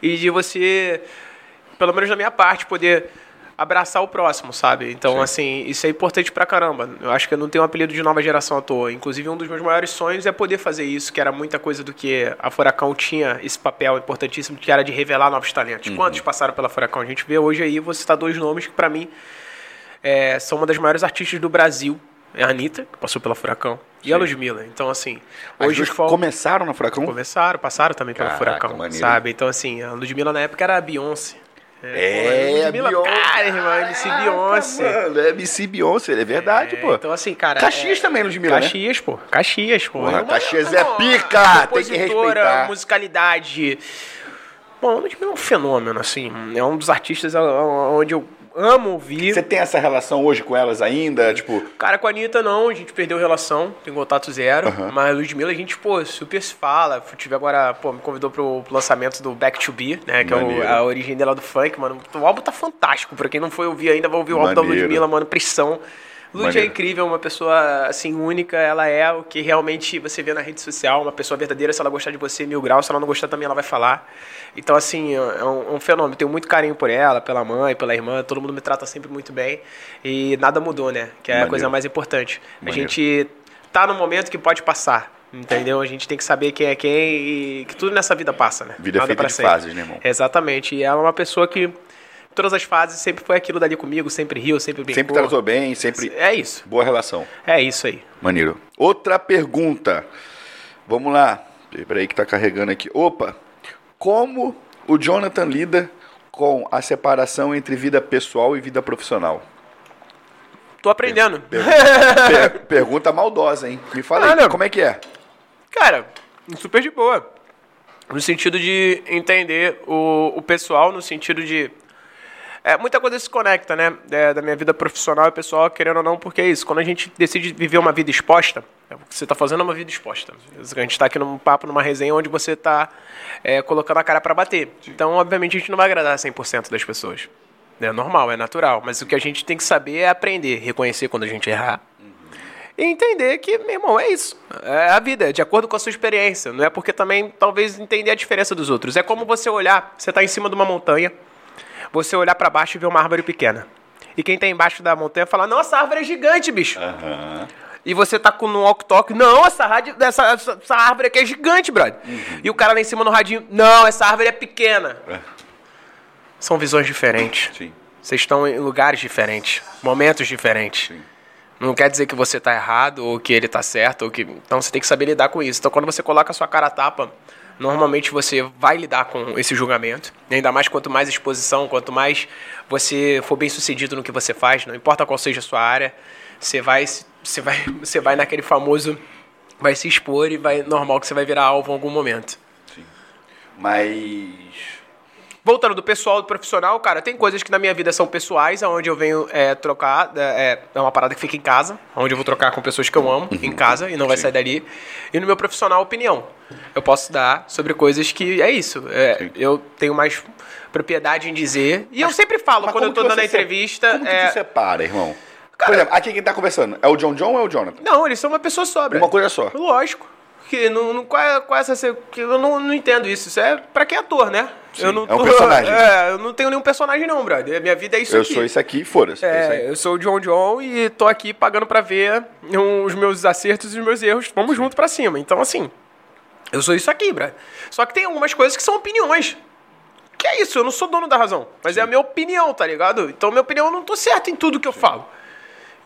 e de você, pelo menos na minha parte, poder abraçar o próximo, sabe? Então, assim, isso é importante pra caramba. Eu acho que eu não tenho um apelido de nova geração à toa. Inclusive, um dos meus maiores sonhos é poder fazer isso, que era muita coisa do que a Furacão tinha esse papel importantíssimo, que era de revelar novos talentos. Uhum. Quantos passaram pela Furacão? A gente vê hoje aí, você citar dois nomes que pra mim é, são uma das maiores artistas do Brasil. É a Anitta, que passou pela Furacão, e a Ludmilla. Então, assim, Hoje hoje eles os fal- começaram na Furacão? começaram, passaram também pelo Caraca, Furacão, maneiro. sabe? Então, assim, a Ludmilla na época era a Beyoncé. É, porra, Ludmilla Beyoncé. Cara, irmão, é MC Caraca, Beyoncé. Mano, é MC Beyoncé, é verdade, É, pô. Então, assim, cara. Caxias também, Ludmilla, né? Caxias, pô. Caxias, pô. Porra, Uma- Caxias uma é pica, tem que compositora, respeitar. musicalidade. Bom, o Ludmilla é um fenômeno, assim. É um dos artistas a- a- onde eu amo ouvir. Você tem essa relação hoje com elas ainda? Tipo, Cara, com a Anitta não, a gente perdeu relação, tem contato zero. Aham. Mas a Ludmilla a gente, pô, super se fala. Tive agora, pô, me convidou pro pro lançamento do Back to Be, né? Que Maneiro. é o- a origem dela do funk, mano. O álbum tá fantástico. Pra quem não foi ouvir ainda, vai ouvir o álbum da Maneiro. Ludmilla, mano, pressão. Lud é Maneiro. incrível, uma pessoa assim única, ela é o que realmente você vê na rede social, uma pessoa verdadeira, se ela gostar de você, mil graus, se ela não gostar também ela vai falar. Então, assim, é um, é um fenômeno. Tenho muito carinho por ela, pela mãe, pela irmã, todo mundo me trata sempre muito bem. E nada mudou, né? Que é a Maneiro. coisa mais importante. Maneiro. A gente tá num momento que pode passar. Entendeu? A gente tem que saber quem é quem e que tudo nessa vida passa, né? Vida é Nada feita pra de sempre. fases, né, irmão? Exatamente. E ela é uma pessoa que, em todas as fases, sempre foi aquilo dali comigo, sempre riu, sempre brincou. sempre tratou bem, sempre. É isso. Boa relação. É isso aí. Maneiro. Outra pergunta. Vamos lá. Peraí que tá carregando aqui. Opa! Como o Jonathan lida com a separação entre vida pessoal e vida profissional? Tô aprendendo. Per- pergunta maldosa, hein? Me fala aí, Cara. como é que é? Cara, super de boa. No sentido de entender o, o pessoal, no sentido de. É, muita coisa se conecta, né? É, da minha vida profissional e pessoal, querendo ou não, porque é isso. Quando a gente decide viver uma vida exposta, é, o que você tá fazendo é uma vida exposta. A gente tá aqui num papo, numa resenha onde você tá é, colocando a cara para bater. Então, obviamente, a gente não vai agradar 100% das pessoas. É normal, é natural. Mas o que a gente tem que saber é aprender, reconhecer quando a gente errar e entender que, meu irmão, é isso. É a vida, é de acordo com a sua experiência. Não é porque também, talvez, entender a diferença dos outros. É como você olhar, você tá em cima de uma montanha, você olhar para baixo e ver uma árvore pequena. E quem tá embaixo da montanha fala, nossa, a árvore é gigante, bicho. E você tá com um walk-talk, não, essa, rádio, essa, essa- essa árvore aqui é gigante, brother. E o cara lá em cima no radinho, não, essa árvore é pequena. É. São visões diferentes. Sim. Vocês estão em lugares diferentes, momentos diferentes. Não quer dizer que você tá errado ou que ele tá certo, ou que então você tem que saber lidar com isso. Então quando você coloca a sua cara a tapa, normalmente você vai lidar com esse julgamento. E Ainda mais quanto mais exposição, quanto mais você for bem-sucedido no que você faz, não importa qual seja a sua área, você vai você vai você vai naquele famoso vai se expor e vai normal que você vai virar alvo em algum momento. Mas. Voltando do pessoal do profissional, cara, tem coisas que na minha vida são pessoais, aonde eu venho é, trocar. É, é uma parada que fica em casa, onde eu vou trocar com pessoas que eu amo em Uhum. casa e não vai sair dali. E no meu profissional, opinião. Eu posso dar sobre coisas que. É isso. é, Sim. eu tenho mais propriedade em dizer. E eu sempre falo Mas quando eu como tô que dando a você se- entrevista. Como que é, tu separa, irmão? Por exemplo, aqui quem tá conversando é o John John ou é o Jonathan? Não, eles são uma pessoa sobra. Uma coisa só. Lógico. Que não, não, qual, é- qual é essa. se- que eu não, não entendo isso. Isso é pra quem é ator, né? Sim, eu não é um personagem. É, eu não tenho nenhum personagem, não, brother. Minha vida é isso eu aqui. sou isso aqui, foda-se. é isso aí. É, eu sou o John John e tô aqui pagando pra ver um- os meus acertos e os meus erros. Vamos junto pra cima. Então, assim, eu sou isso aqui, brother. Só que tem algumas coisas que são opiniões. Que é isso, eu não sou dono da razão. Mas é a minha opinião, tá ligado? Então, minha opinião, eu não tô certo em tudo que eu falo.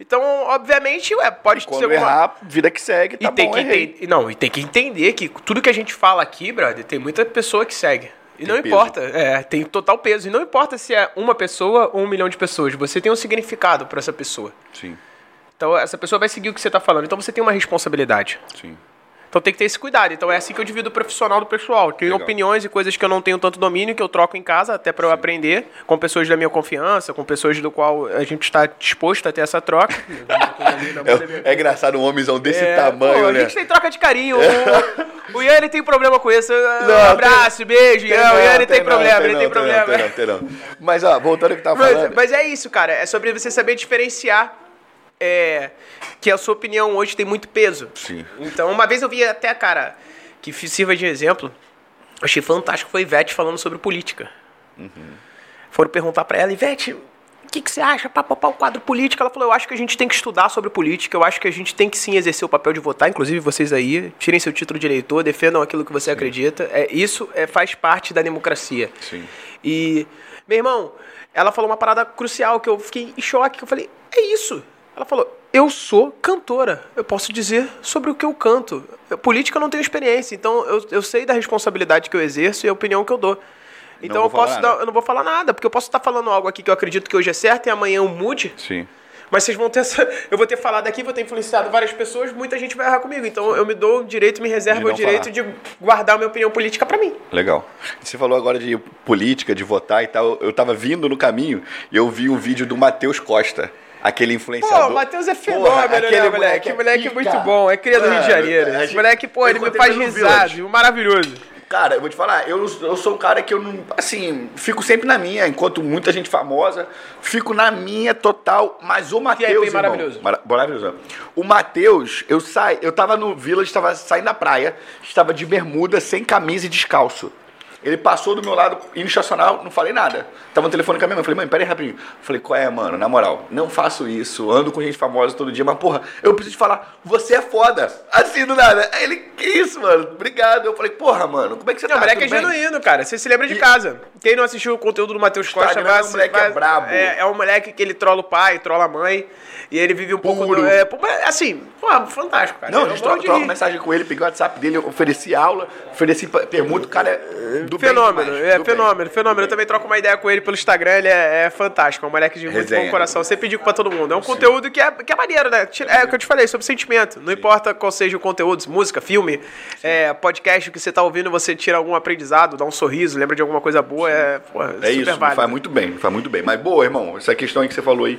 Então, obviamente, ué, pode ser Quando alguma- errar, vida que segue, e tá tem bom, que errei. entender, não, e tem que entender que tudo que a gente fala aqui, brother, tem muita pessoa que segue. E não peso. importa, é, tem total peso. E não importa se é uma pessoa ou um milhão de pessoas, você tem um significado pra essa pessoa. Sim, Então essa pessoa vai seguir o que você tá falando. Então você tem uma responsabilidade. sim. Então tem que ter esse cuidado. Então é assim que eu divido o profissional do pessoal. Tem Legal. opiniões e coisas que eu não tenho tanto domínio, que eu troco em casa até para eu aprender, com pessoas da minha confiança, com pessoas do qual a gente está disposto a ter essa troca. É, é engraçado um homenzão desse É, tamanho, pô, né? É. A gente tem troca de carinho. O, o Ian ele tem problema com isso. Não, um abraço, beijo, Ian. não, o Ian ele tem, não, problema, ele tem, não, problema. Tem não, tem não, tem não. Mas, ó, voltando ao que tava Mas, falando. mas é isso, cara. É sobre você saber diferenciar é, que a sua opinião hoje tem muito peso. Sim. Então, uma vez eu vi até, cara, que fi- sirva de exemplo, achei fantástico, foi a Ivete falando sobre política. Uhum. Foram perguntar pra ela, Ivete, o que, que você acha para papar o quadro político? Ela falou, eu acho que a gente tem que estudar sobre política, eu acho que a gente tem que sim exercer o papel de votar, inclusive vocês aí, tirem seu título de eleitor, defendam aquilo que você acredita. É, isso é, faz parte da democracia. Sim. E, meu irmão, ela falou uma parada crucial que eu fiquei em choque, que eu falei, é isso. Ela falou, eu sou cantora, eu posso dizer sobre o que eu canto. Eu- política eu não tenho experiência, então eu, eu sei da responsabilidade que eu exerço e a opinião que eu dou. Então eu vou falar posso nada. dar- eu não vou falar nada, porque eu posso estar falando algo aqui que eu acredito que hoje é certo e amanhã eu mude. Sim. Mas vocês vão ter essa. Eu vou ter falado aqui, vou ter influenciado várias pessoas, muita gente vai errar comigo. Então eu me dou o direito, me De reservo não o direito falar. de guardar a minha opinião política pra mim. Legal. Você falou agora de política, de votar e tal. Eu tava vindo no caminho e eu vi um vídeo do Matheus Costa, aquele influenciador. Pô, o Matheus é Porra, fenômeno, aquele né, moleque? Moleque pica. muito bom. É cria do Rio de Mano, a Janeiro. Esse gente- moleque, pô, eu ele me encontrei faz ele no risada. Village. Maravilhoso. Cara, eu vou te falar, eu, eu sou um cara que eu não. Assim, fico sempre na minha, enquanto muita gente famosa, fico na minha total. Mas o Matheus. irmão, maravilhoso. mara- maravilhoso. O Matheus, eu saí, eu tava no Village, estava saindo da praia, estava de bermuda, sem camisa e descalço. Ele passou do meu lado, indo estacionar, não falei nada. Tava no telefone com a minha mãe. Falei, mãe, pera aí rapidinho. Falei, qual é, mano? Na moral, não faço isso. Ando com gente famosa todo dia, mas porra, eu preciso te falar, você é foda. Assim do nada. Aí ele, que isso, mano? Obrigado. Eu falei, porra, mano, como é que você Não, tá? o moleque é Tudo bem?" genuíno, cara. Você se lembra de E- casa. Quem não assistiu o conteúdo do Matheus Costa, Instagram, vai o moleque é vai- brabo. É, é um moleque que ele trola o pai, trola a mãe. E ele vive um pouco Puro. do. É, pô, mas, assim, pô, fantástico, cara. Não, a Eu gente morro troca, de troca rir. mensagem com ele, peguei o WhatsApp dele, eu ofereci aula, ofereci pa- permuta, o cara é do bem Fenômeno, demais, é do bem. fenômeno, fenômeno. Eu também troco uma ideia com ele pelo Instagram, ele é, é fantástico, é um moleque de muito Resenha. bom coração. Você pediu pra todo mundo. É um conteúdo que é, que é maneiro, né? Tira- É o que eu te falei, sobre sentimento. Não importa qual seja o conteúdo, música, filme, é, podcast, o que você tá ouvindo, você tira algum aprendizado, dá um sorriso, lembra de alguma coisa boa, é, pô, é É super isso, me válido. faz muito bem, me faz muito bem. Mas boa, irmão, essa questão aí que você falou aí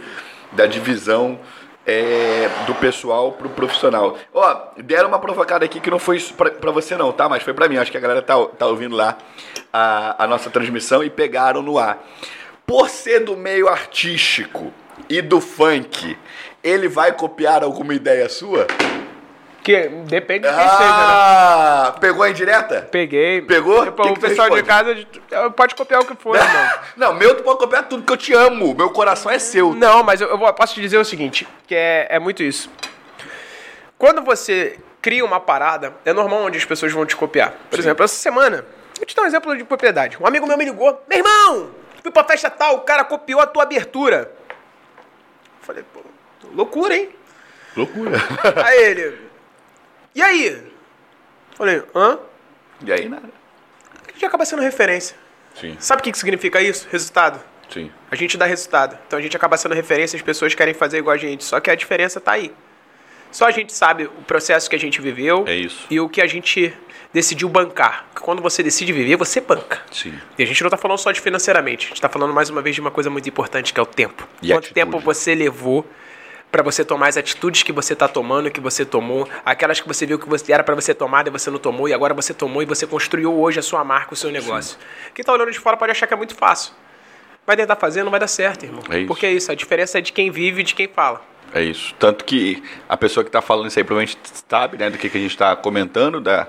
da divisão é, do pessoal pro profissional. Ó, deram uma provocada aqui que não foi isso pra, pra você não, tá? Mas foi pra mim, acho que a galera tá, tá ouvindo lá a, a nossa transmissão e pegaram no ar. Por ser do meio artístico e do funk, ele vai copiar alguma ideia sua? Que depende de quem seja, né? Ah, pegou a indireta? Peguei. Pegou? Tipo, Que que o tu pessoal de responde? casa eh, pode copiar o que for, mano. Não, meu tu pode copiar tudo que eu te amo. Meu coração é seu. Não, mas eu, eu vou- posso te dizer o seguinte, que é, é muito isso. Quando você cria uma parada, é normal onde as pessoas vão te copiar. Por exemplo, essa semana, vou te dar um exemplo de propriedade. Um amigo meu me ligou, meu irmão, fui pra festa tal, o cara copiou a tua abertura. Eu Falei, pô, loucura, hein? Loucura. aí ele, e aí? Falei, hã? e aí, né? nada. A gente acaba sendo referência. Sim, Sabe o que que significa isso? Resultado. sim. A gente dá resultado. Então a gente acaba sendo referência, as pessoas querem fazer igual a gente. Só que a diferença tá aí. Só a gente sabe o processo que a gente viveu É isso. e o que a gente decidiu bancar. Porque Quando você decide viver, você banca. Sim. E a gente não tá falando só de financeiramente, a gente tá falando mais uma vez de uma coisa muito importante que é o tempo. E Quanto atitude. tempo você levou pra você tomar as atitudes que você tá tomando, que você tomou, aquelas que você viu que você- era pra você tomar e você não tomou, e agora você tomou e você construiu hoje a sua marca, o seu negócio. Quem tá olhando de fora pode achar que é muito fácil. Vai tentar fazer, não vai dar certo, irmão. É isso. Porque é isso, a diferença é de quem vive e de quem fala. É isso. Tanto que a pessoa que tá falando isso aí provavelmente sabe, né, do que, que a gente tá comentando, da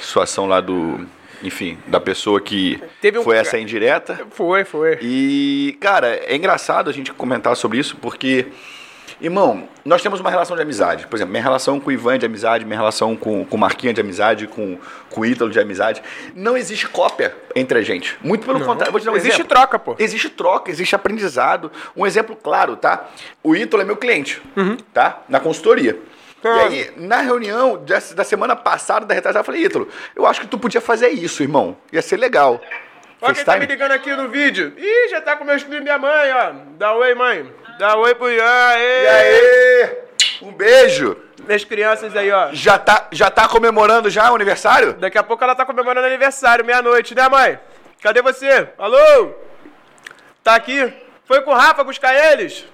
situação lá do. Enfim, da pessoa que é. Teve um foi ca- essa indireta. Foi, foi. E, cara, é engraçado a gente comentar sobre isso, porque, irmão, nós temos uma relação de amizade. Por exemplo, minha relação com o Ivan é de amizade, minha relação com, com o Marquinhos é de amizade, com, com o Ítalo é de amizade. Não existe cópia entre a gente. Muito pelo contrário. Vou te dar um Existe exemplo. troca, pô. Existe troca, existe aprendizado. Um exemplo claro, tá? O Ítalo é meu cliente, Uhum. tá? Na consultoria. Claro. E aí, na reunião da, da semana passada, da retrasada, eu falei, Ítalo, eu acho que tu podia fazer isso, irmão. Ia ser legal. Olha quem tá me FaceTime? ligando aqui no vídeo. Ih, já tá com meus filhos e minha mãe, ó. Dá oi, mãe. Dá oi pro Ian, E aê. aí? Um beijo. Minhas crianças aí, ó. Já tá, já tá comemorando já o aniversário? Daqui a pouco ela tá comemorando aniversário, meia-noite, né, mãe? Cadê você? Alô? Tá aqui? Foi com o Rafa buscar eles?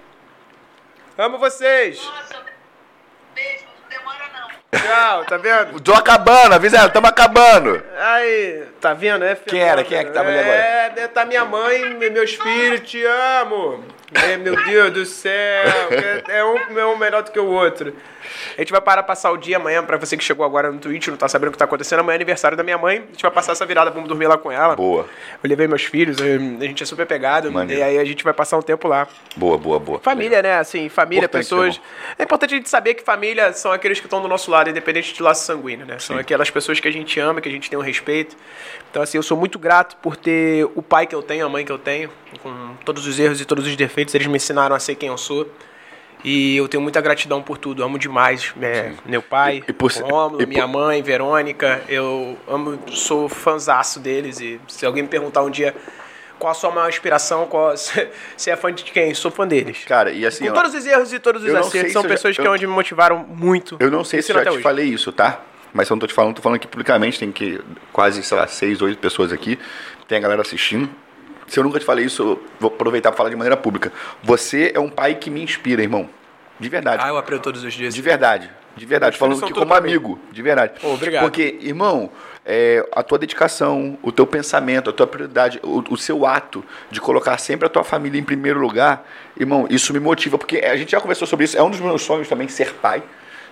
Amo vocês. Nossa, beijo, não demora não. Tchau, tá vendo? Tô acabando, avisa ela, tamo acabando. Aí, tá vendo? É Quem era? Quem é que tava ali É, tá minha mãe, me- meus filhos, te amo. É, meu Deus do céu, é, é um, é um melhor do que o outro. A gente vai parar pra passar o dia amanhã, pra você que chegou agora no Twitch, não tá sabendo o que tá acontecendo, amanhã é aniversário da minha mãe, a gente vai passar essa virada, vamos dormir lá com ela. Boa, Eu levei meus filhos, eu- a gente é super pegado, Maneiro. e aí a gente vai passar um tempo lá. boa, boa, boa. Família, né? Assim, família, Importante, pessoas. tá É importante a gente saber que família são aqueles que estão do nosso lado, independente de laço sanguíneo, né? São aquelas pessoas que a gente ama, que a gente tem um respeito. Então, assim, eu sou muito grato por ter o pai que eu tenho, a mãe que eu tenho, com todos os erros e todos os defeitos. Eles me ensinaram a ser quem eu sou. E eu tenho muita gratidão por tudo. Amo demais né? meu pai, E- e por o ser- Rômulo, e por- minha mãe, Verônica. Eu amo, sou fanzaço deles. E se alguém me perguntar um dia Qual a sua maior inspiração? Qual... Você é fã de quem? Sou fã deles. Cara, e assim, Com ó, todos os erros e todos os eu não sei acertos, se são eu já- pessoas que eu- onde me motivaram muito. eu não sei se Ensino eu já até te hoje. falei isso, tá? Mas eu não tô te falando, tô falando aqui publicamente, tem que quase, sei lá, seis, oito pessoas aqui, tem a galera assistindo. Se eu nunca te falei isso, eu vou aproveitar pra falar de maneira pública. Você é um pai que me inspira, irmão. De verdade. Ah, eu aprendo todos os dias. De verdade. De verdade, Meus falando filhos são aqui tudo como pra mim. amigo, de verdade. Pô, obrigado. Porque, irmão, é, a tua dedicação, o teu pensamento, a tua prioridade, o, o seu ato de colocar sempre a tua família em primeiro lugar, irmão, isso me motiva, porque a gente já conversou sobre isso, é um dos meus sonhos também ser pai,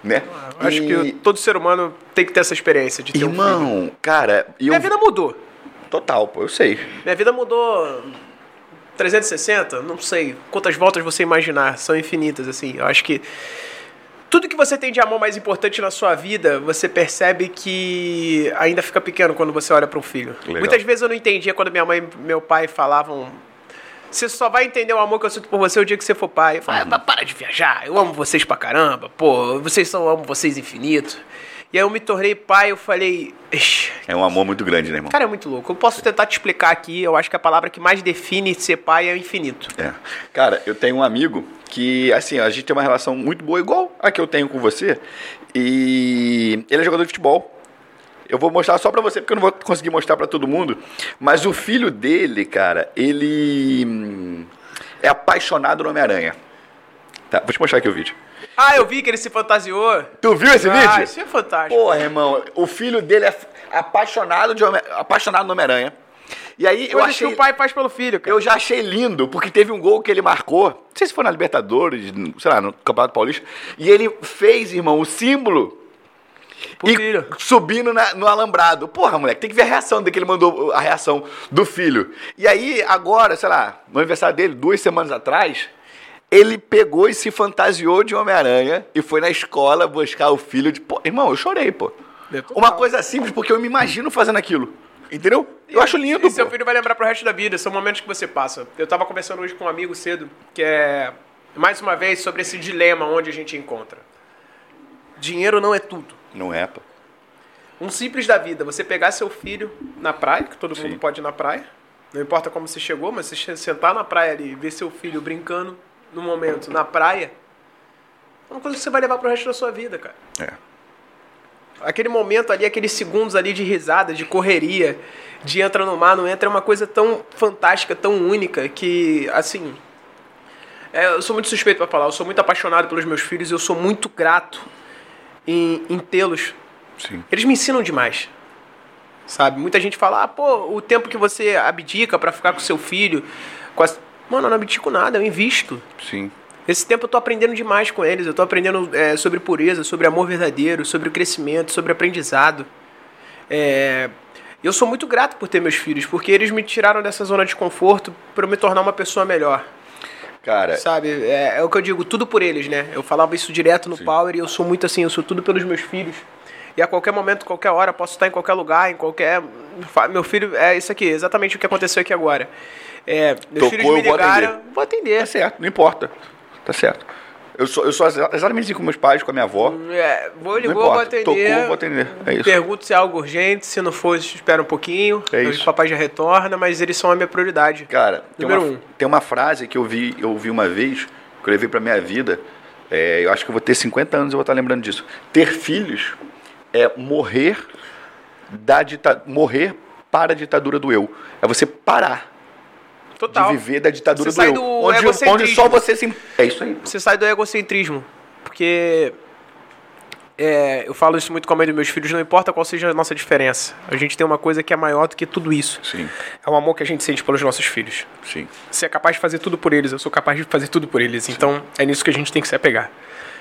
né? Ah, Eu Acho E, que todo ser humano tem que ter essa experiência de ter um filho. Irmão, cara, e eu, Minha vida mudou. total, pô, eu sei. Minha vida mudou 360, não sei quantas voltas você imaginar, são infinitas, assim. Eu acho que tudo que você tem de amor mais importante na sua vida, você percebe que ainda fica pequeno quando você olha para um filho. Legal. Muitas vezes eu não entendia quando minha mãe e meu pai falavam. Você só vai entender o amor que eu sinto por você o dia que você for pai. Eu falava, "Ah, mas para de viajar, eu amo vocês pra caramba, pô, vocês são, eu amo vocês infinito. E aí eu me tornei pai, eu falei, "Ixi, É um amor muito grande, né, irmão? Cara, é muito louco. Eu posso tentar te explicar aqui. Eu acho que a palavra que mais define ser pai é infinito. É. Cara, eu tenho um amigo que, assim, a gente tem uma relação muito boa, igual a que eu tenho com você. E ele é jogador de futebol. Eu vou mostrar só pra você, porque eu não vou conseguir mostrar pra todo mundo. Mas o filho dele, cara, ele hum, é apaixonado no Homem-Aranha. Tá, vou te mostrar aqui o vídeo. Ah, eu vi que ele se fantasiou. Tu viu esse ah, vídeo? isso é fantástico. Porra, irmão, o filho dele é f- apaixonado, de Home- apaixonado no Homem-Aranha. E aí eu Coisas achei... que o pai faz pelo filho, cara. Eu já achei lindo, porque teve um gol que ele marcou, não sei se foi na Libertadores, sei lá, no Campeonato Paulista, e ele fez, irmão, o símbolo Pro e Tipo, filho. subindo na- no alambrado. Porra, moleque, tem que ver a reação dele, que ele mandou a reação do filho. E aí, agora, sei lá, no aniversário dele, duas semanas atrás, ele pegou e se fantasiou de Homem-Aranha e foi na escola buscar o filho de. Pô, irmão, eu chorei, pô. É, total. Uma coisa simples, porque eu me imagino fazendo aquilo. Entendeu? Eu acho lindo, E seu pô. filho vai lembrar pro resto da vida. São momentos que você passa. Eu tava conversando hoje com um amigo cedo, que é, mais uma vez, sobre esse dilema onde a gente encontra. Dinheiro não é tudo. Não é, pô. Um simples da vida, você pegar seu filho na praia, que todo mundo Sim. pode ir na praia. Não importa como você chegou, mas você che- sentar na praia ali e ver seu filho brincando no momento na praia, é uma coisa que você vai levar pro resto da sua vida, cara. É. Aquele momento ali, aqueles segundos ali de risada, de correria, de entra no mar, não entra, é uma coisa tão fantástica, tão única, que, assim. é, eu sou muito suspeito pra falar, eu sou muito apaixonado pelos meus filhos, eu sou muito grato em, em tê-los Sim. eles me ensinam demais. Sabe? Muita gente fala, ah, pô, o tempo que você abdica pra ficar com seu filho. com as- Mano, eu não abdico nada, eu invisto. Sim. Esse tempo eu tô aprendendo demais com eles. Eu tô aprendendo é, sobre pureza, sobre amor verdadeiro, sobre o crescimento, sobre aprendizado. É, Eu sou muito grato por ter meus filhos, porque eles me tiraram dessa zona de conforto pra eu me tornar uma pessoa melhor. Cara, Sabe, é, é o que eu digo, tudo por eles, né? Eu falava isso direto no Sim. Power e eu sou muito assim, eu sou tudo pelos meus filhos. E a qualquer momento, qualquer hora, posso estar em qualquer lugar, em qualquer. fa- Meu filho, é isso aqui, exatamente o que aconteceu aqui agora. É, Tocou, meus filhos me eu vou ligaram, atender. vou atender. Tá certo, não importa. Tá certo. Eu sou, eu sou exa- exatamente assim com meus pais, com a minha avó. É, vou ligou, importa, vou atender. tocou, vou atender, é isso. Pergunto se é algo urgente, se não for, espera um pouquinho. É Hoje isso. O papai já retorna, mas eles são a minha prioridade. Cara, tem uma, Número um. tem uma frase que eu vi, eu vi uma vez, que eu levei pra minha vida. é, eu acho que eu vou ter 50 anos e vou estar lembrando disso. Ter filhos é morrer da dita, morrer para a ditadura do eu. É você parar Total. de viver da ditadura Você sai eu. do onde, egocentrismo. onde só você se. É isso aí. você sai do egocentrismo. Porque é, eu falo isso muito com a mãe dos meus filhos, não importa qual seja a nossa diferença. A gente tem uma coisa que é maior do que tudo isso. Sim, É o amor que a gente sente pelos nossos filhos. sim. Você é capaz de fazer tudo por eles, eu sou capaz de fazer tudo por eles. Então é nisso que a gente tem que se apegar.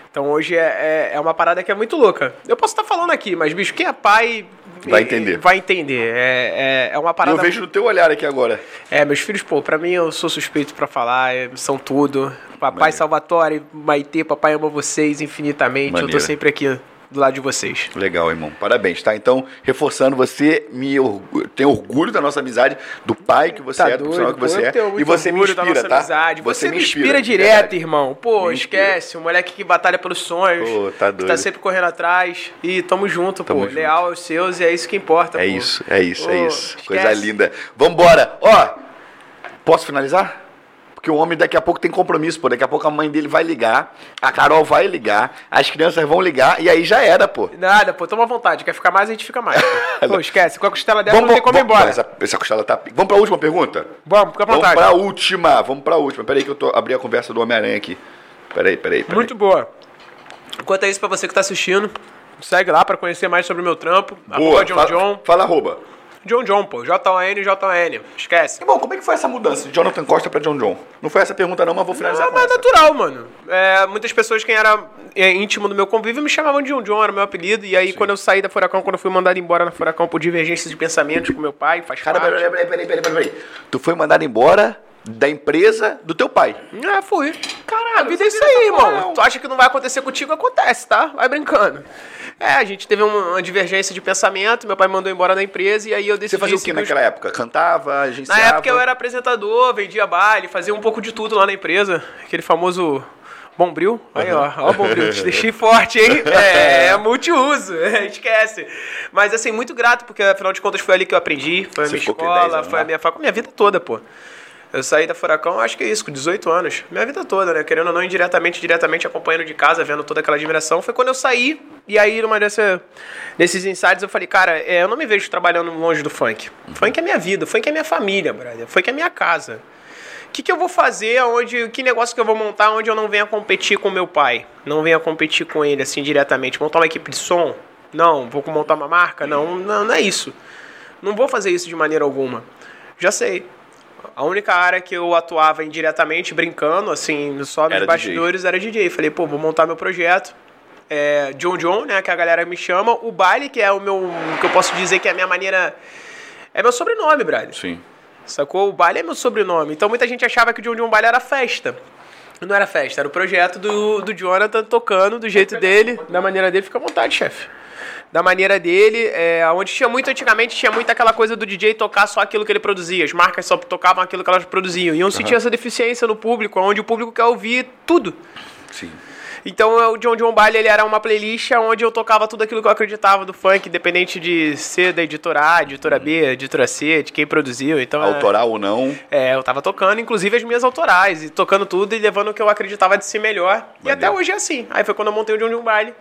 Então hoje é, é, é uma parada que é muito louca. Eu posso estar falando aqui, mas bicho, quem é pai. Vai eh, entender. Vai entender. É, é, é uma E eu parada. vejo no teu olhar aqui agora. É, meus filhos, pô, pra mim eu sou suspeito pra falar, é, são tudo. Papai Maneiro. Salvatore, Maitê, papai ama vocês infinitamente. Eu Maneiro. tô sempre aqui do lado de vocês. Legal, irmão. Parabéns, tá? Então, reforçando, você me orgu- tem orgulho da nossa amizade, do pai que você Tá é, do profissional que pô, você eu tenho é. muito E você me orgulho da inspira, nossa tá? amizade. Você, me inspira, de direto, verdade. irmão. Pô, Me inspira. esquece, o moleque que batalha pelos sonhos. Pô, tá que tá doido. sempre correndo atrás. E tamo junto, Tamo pô. junto. Leal aos seus e é isso que importa, É pô. isso, é isso, é Pô, isso. esquece. Coisa linda. Vambora! Ó, Posso finalizar? Porque o homem daqui a pouco tem compromisso, pô. Daqui a pouco a mãe dele vai ligar, a Carol vai ligar, as crianças vão ligar e aí já era, pô. Nada, pô, toma vontade. Quer ficar mais, a gente fica mais. Pô, Pô, esquece. Com a costela dela Vamos não tem como ir embora. Essa, essa costela tá. pi- Vamos pra última pergunta? Vamos, fica à Vamos vontade. pra última, vamos pra última. Peraí que eu tô abri a conversa do Homem-Aranha aqui. Peraí, peraí, peraí. Muito boa. Enquanto é isso, pra você que tá assistindo, segue lá pra conhecer mais sobre o meu trampo. boa. Arroba John fala, John. fala arroba. John John, pô. J-O-N, J-O-N. Esquece. Bom, como é que foi essa mudança de Jonathan Costa pra John John? Não foi essa pergunta não, mas vou finalizar Ah, com mas é essa. natural, mano. É, muitas pessoas, quem era é, íntimo do meu convívio, me chamavam de John John, era o meu apelido. E aí, quando eu saí da Furacão, quando eu fui mandado embora na Furacão por divergências de pensamentos com meu pai, faz Cara, parte. peraí, peraí, peraí, peraí, peraí. peraí. Tu foi mandado embora da empresa do teu pai. É, fui. Caralho, a vida é isso aí, porra, irmão. não. Tu acha que não vai acontecer contigo? Acontece, tá? Vai brincando. É, a gente teve uma, uma divergência de pensamento, meu pai mandou embora da empresa e aí eu decidi... Você fazia o que seguir os- naquela época? Cantava, Na agenciava? época eu era apresentador, vendia baile, fazia um pouco de tudo lá na empresa. Aquele famoso bombril. Aí, ó, ó o bombril, te deixei forte, hein? É, é multiuso, esquece. Mas, assim, muito grato, porque afinal de contas foi ali que eu aprendi, foi a Você minha ficou com 10 escola, anos foi a lá? minha faculdade, minha vida toda, pô. Eu saí da Furacão, acho que é isso, com 18 anos. Minha vida toda, né? Querendo ou não, indiretamente, diretamente, acompanhando de casa, vendo toda aquela admiração. Foi quando eu saí, e aí, numa dessa, desses insights, eu falei, cara, é, eu não me vejo trabalhando longe do funk. Funk é minha vida, funk é minha família, brother. Funk é minha casa. O que, que eu vou fazer, onde, que negócio que eu vou montar onde eu não venha competir com meu pai? Não venha competir com ele, assim, diretamente. Montar uma equipe de som? Não. Vou montar uma marca? Não, não, não é isso. Não vou fazer isso de maneira alguma. Já sei. A única área que eu atuava indiretamente, brincando, assim, só nos Era DJ. bastidores, era DJ. Falei, pô, vou montar meu projeto. É, John John, né, que a galera me chama. O baile, que é o meu, que eu posso dizer que é a minha maneira... É meu sobrenome, brother. Sim. Sacou? O baile é meu sobrenome. Então muita gente achava que o John John Baile era festa. Não era festa, era o projeto do, do Jonathan tocando do jeito dele, da maneira dele. Fica à vontade, chefe. Da maneira dele, é, onde tinha muito antigamente, tinha muito aquela coisa do DJ tocar só aquilo que ele produzia. As marcas só tocavam aquilo que elas produziam. E eu sentia essa deficiência no público, onde o público quer ouvir tudo. Sim. Então é, o John John Baile ele era uma playlist onde eu tocava tudo aquilo que eu acreditava do funk, independente de ser da editora A, editora B, editora C, de quem produziu. Então, é- Autoral ou não? é, eu tava tocando, inclusive as minhas autorais, e tocando tudo e levando o que eu acreditava de ser melhor. E Maneiro. até hoje é assim. Aí foi quando eu montei o John John Baile,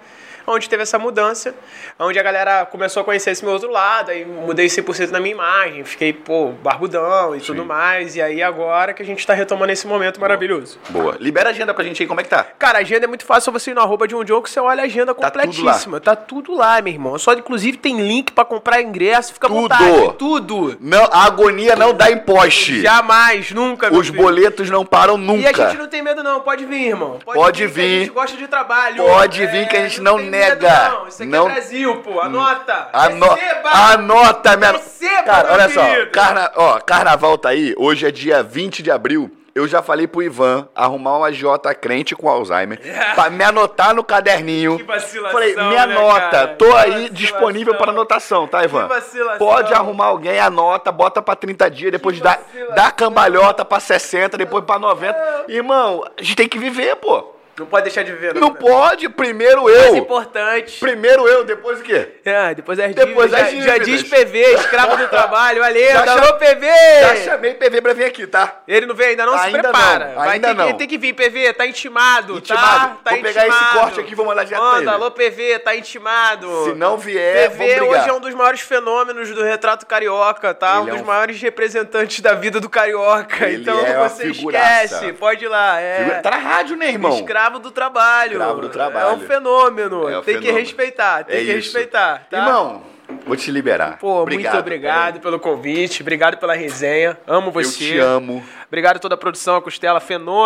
onde teve essa mudança, onde a galera começou a conhecer esse meu outro lado, aí mudei 100% na minha imagem, fiquei, pô, barbudão e tudo mais. E aí agora que a gente tá retomando esse momento maravilhoso. Boa. Libera a agenda pra gente aí, como é que tá? Cara, a agenda é muito fácil, só você ir no arroba de um jogo, você olha a agenda Tá tudo lá. completíssima. Tá tudo lá, meu irmão. Só, inclusive, tem link pra comprar ingresso, fica à Tudo. vontade. Tudo! Não, a agonia não dá em poste. Jamais, nunca, meu Os filho. boletos não param nunca. E a gente não tem medo, não. Pode vir, irmão. Pode que vir. a gente gosta de trabalho. Pode vir que a gente não tem nega. Medo, não. Isso aqui Não- Hum, é Brasil, pô. Anota. Ano Receba. Anota, minha. Receba, Cara, meu olha só. querido. Carna... Ó, carnaval tá aí. Hoje é dia 20 de abril. Eu já falei pro Ivan arrumar uma J crente com Alzheimer pra me anotar no caderninho. É. Que vacilação, Falei, me né, anota. cara? Tô Que aí vacilação. disponível para anotação, tá, Ivan? Que vacilação. Pode arrumar alguém, anota, bota pra 30 dias, depois dá, vacilação. É. dá cambalhota pra 60, depois pra 90. Irmão, a gente tem que viver, pô. Não pode deixar de viver, Não pode, primeiro Mais eu. importante. Primeiro eu, depois o quê? É, depois é Depois já, as já dívidas. diz PV, escravo do trabalho. Valeu, Já alô, cha- PV! Já chamei PV pra vir aqui, tá? Ele não veio ainda, não? Ainda se prepara. não, Vai ainda ter que- não. tem que vir, PV, tá intimado. Intimado. Tá, tá Vou pegar esse intimado. corte aqui e vou mandar direto pra Manda, ele. alô, PV, tá intimado. Se não vier, PV vamos brigar. hoje é um dos maiores fenômenos do retrato carioca, tá? Ele um é dos um- maiores representantes da vida do carioca. Ele então é uma você figuraça. esquece, pode ir lá. É... Figura- Tá na rádio, né, irmão? Escravo do trabalho. Escravo do trabalho. É um fenômeno. É um tem que fenômeno. respeitar, tem É que isso. respeitar. Tá? Irmão, vou te liberar. Pô, muito obrigado pelo convite, obrigado pela resenha. Amo Eu você. te amo. Obrigado a toda a produção, a Costela,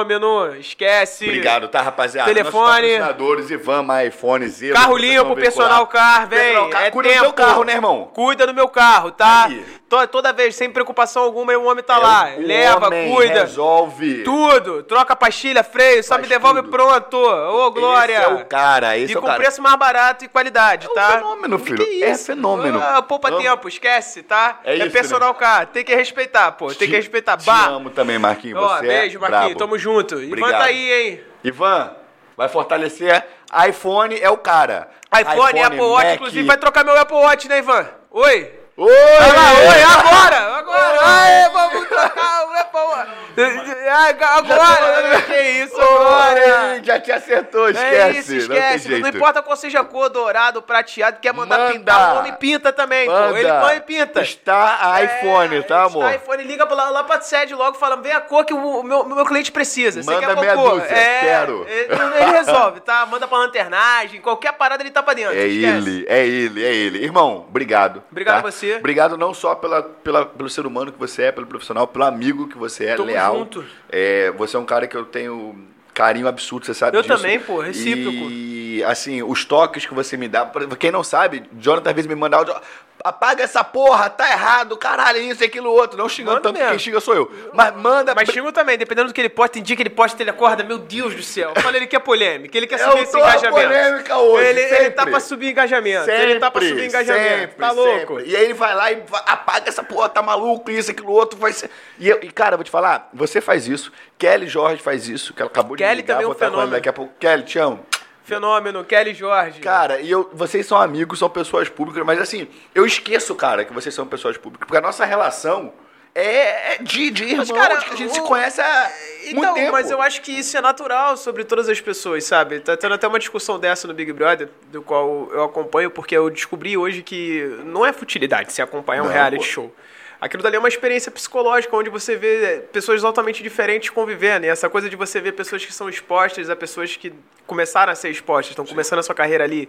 fenômeno. Esquece. Obrigado, tá, rapaziada? Telefone. Nossos patrocinadores, Ivan, My iPhone, Zero. tá Carro proteção limpo, veicular. personal car, vem. Personal car. É Cuida tempo. do teu carro, né, irmão? Cuida do meu carro, tá? Aí. É To- Toda vez, sem preocupação alguma, o homem tá lá. O Leva, homem cuida. Resolve. Tudo. Troca pastilha, freio, só Faz me devolve tudo. pronto. Ô, Glória. Esse é o cara, esse E é o com cara. preço mais barato e qualidade, É um tá? fenômeno, filho. Que É isso? fenômeno. Ah, poupa Amo. tempo, esquece, tá? É isso, personal né? car, tem que respeitar, pô. Tem que respeitar. Te Bah. amo também, Marquinhos. Ó, Você beijo, é Marquinhos. brabo. Tamo junto. Ivan Obrigado. tá aí, hein? Ivan, vai fortalecer. iPhone é o cara. iPhone, Apple Watch, Mac. inclusive vai trocar meu Apple Watch, né, Ivan? Oi? Oi! Vai lá, oi, agora! agora! Aê, vamos trocar! né, pô? Ag- Agora! Que isso, agora! Olha, já te acertou, É é esquece. isso, não, tem esquece. Não, jeito. importa qual seja a cor, dourado, prateado, quer mandar Manda. pintar, o homem pinta também, pô. Ele Manda. põe e pinta. Está iPhone, É, tá, amor? Está iPhone, liga pra lá, lá pra sede logo, fala, vem a cor que o, o meu, o meu cliente precisa. Você Manda quer qual meia cor? dúzia, é, quero. Ele, ele resolve, tá? Manda pra lanternagem, qualquer parada ele tá pra dentro. É esquece. ele, é ele, é ele. Irmão, obrigado. Obrigado tá? a você. Obrigado não só pela, pela, pelo ser humano que você é, pelo profissional, pelo amigo que você é, Tamo leal. junto. É, você é um cara que eu tenho carinho absurdo, você sabe Eu disso. também, pô, recíproco. E, assim, os toques que você me dá, pra quem não sabe, Jonathan às vezes me manda áudio, apaga essa porra, tá errado, caralho, isso e aquilo outro. Não xingando Manda tanto, mesmo. quem xinga sou eu. Mas manda... Mas xingo também, dependendo do que ele posta, tem dia que ele posta ele acorda, meu Deus do céu. Olha, ele quer polêmica, ele quer Eu subir esse tô a engajamento. polêmica hoje, ele, ele tá sempre. pra subir engajamento. ele tá pra subir engajamento. sempre, tá louco? sempre. E aí ele vai lá e va- apaga essa porra, tá maluco, isso, aquilo, outro, vai ser... E, eu- e, cara, eu vou te falar, você faz isso, Kelly Jorge faz isso, que ela acabou de Kelly me ligar, também é um vou estar com ela fenômeno. daqui a pouco. Kelly, te amo. Fenômeno, Kelly Jorge. Cara, e eu, vocês são amigos, são pessoas públicas, mas assim, eu esqueço, cara, que vocês são pessoas públicas, porque a nossa relação é é de, de irmão, Mas, cara, de que a gente o- se conhece há muito Então, tempo. mas eu acho que isso é natural sobre todas as pessoas, sabe? Tá tendo até uma discussão dessa no Big Brother, do qual eu acompanho, porque eu descobri hoje que não é futilidade se acompanhar um Não, reality pô. show. Aquilo dali é uma experiência psicológica, onde você vê pessoas altamente diferentes convivendo. E essa coisa de você ver pessoas que são expostas a pessoas que começaram a ser expostas, estão começando a sua carreira ali.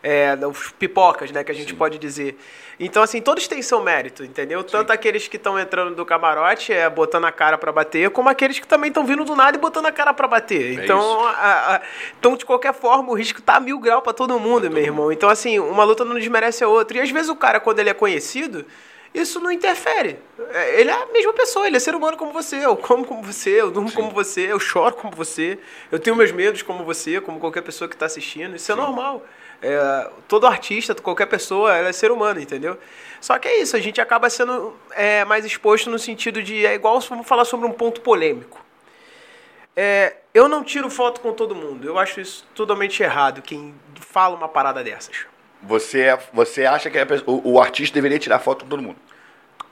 É, os pipocas, né, que a gente pode dizer. Então, assim, todos têm seu mérito, entendeu? Tanto aqueles que estão entrando do camarote, é, botando a cara pra bater, como aqueles que também estão vindo do nada e botando a cara pra bater. É então, isso. a- a- então, de qualquer forma, o risco tá a mil grau pra todo mundo, meu irmão. Então, assim, uma luta não desmerece a outra. E às vezes o cara, quando ele é conhecido, isso não interfere. É, Ele é a mesma pessoa, ele é ser humano como você. Eu como como você, eu durmo como você, eu choro como você, eu tenho meus medos como você, como qualquer pessoa que está assistindo. Isso é normal. É, todo artista, qualquer pessoa, ela é ser humano, entendeu? Só que é isso, a gente acaba sendo é, mais exposto no sentido de. É igual, vamos falar sobre um ponto polêmico. É, eu não tiro foto com todo mundo. Eu acho isso totalmente errado, quem fala uma parada dessas. Você, é- você acha que a pessoa- o, o artista deveria tirar foto com todo mundo?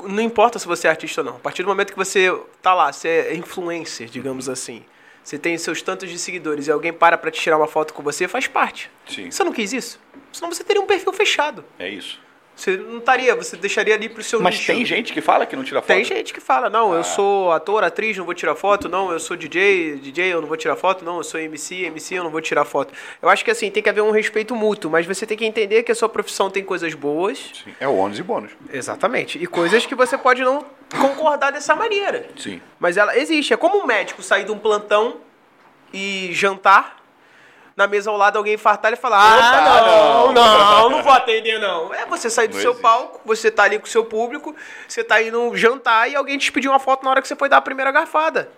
não importa se você é artista ou não. A partir do momento que você tá lá, você é influencer, digamos assim. Você tem seus tantos de seguidores e alguém para pra te tirar uma foto com você, faz parte. Sim. Você não quis isso? Senão você teria um perfil fechado. É isso. Você não estaria, você deixaria ali pro seu Mas nicho. tem gente que fala que não tira foto? Tem gente que fala, não, eu sou ator, atriz, não vou tirar foto, não, eu sou DJ, DJ, eu não vou tirar foto, não, eu sou MC, MC, eu não vou tirar foto. Eu acho que assim, tem que haver um respeito mútuo, mas você tem que entender que a sua profissão tem coisas boas, Sim, É o ônus e bônus. Exatamente. E coisas que você pode não concordar dessa maneira. Sim. Mas ela existe. É como um médico sair de um plantão e jantar, na mesa ao lado alguém infartar e falar: Ah, não, Opa, não, não, vou atender, não. É você sair do Não seu existe. palco, você tá ali com o seu público, você tá indo jantar e alguém te pediu uma foto na hora que você foi dar a primeira garfada.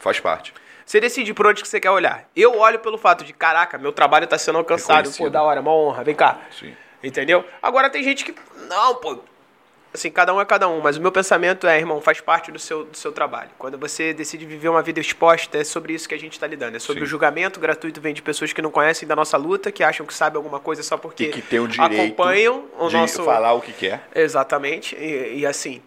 Faz parte. Você decide por onde que você quer olhar. Eu olho pelo fato de, caraca, meu trabalho tá sendo alcançado. Pô, Reconhecido. da hora, uma honra. Vem cá. Sim. Entendeu? Agora tem gente que. Não, pô. Assim, cada um é cada um, mas o meu pensamento é, irmão, faz parte do seu, do seu trabalho. Quando você decide viver uma vida exposta, é sobre isso que a gente está lidando. É sobre Sim. o julgamento gratuito, vem de pessoas que não conhecem da nossa luta, que acham que sabem alguma coisa só porque E que tem o direito acompanham o de nosso. falar o que quer. Exatamente. E, e assim,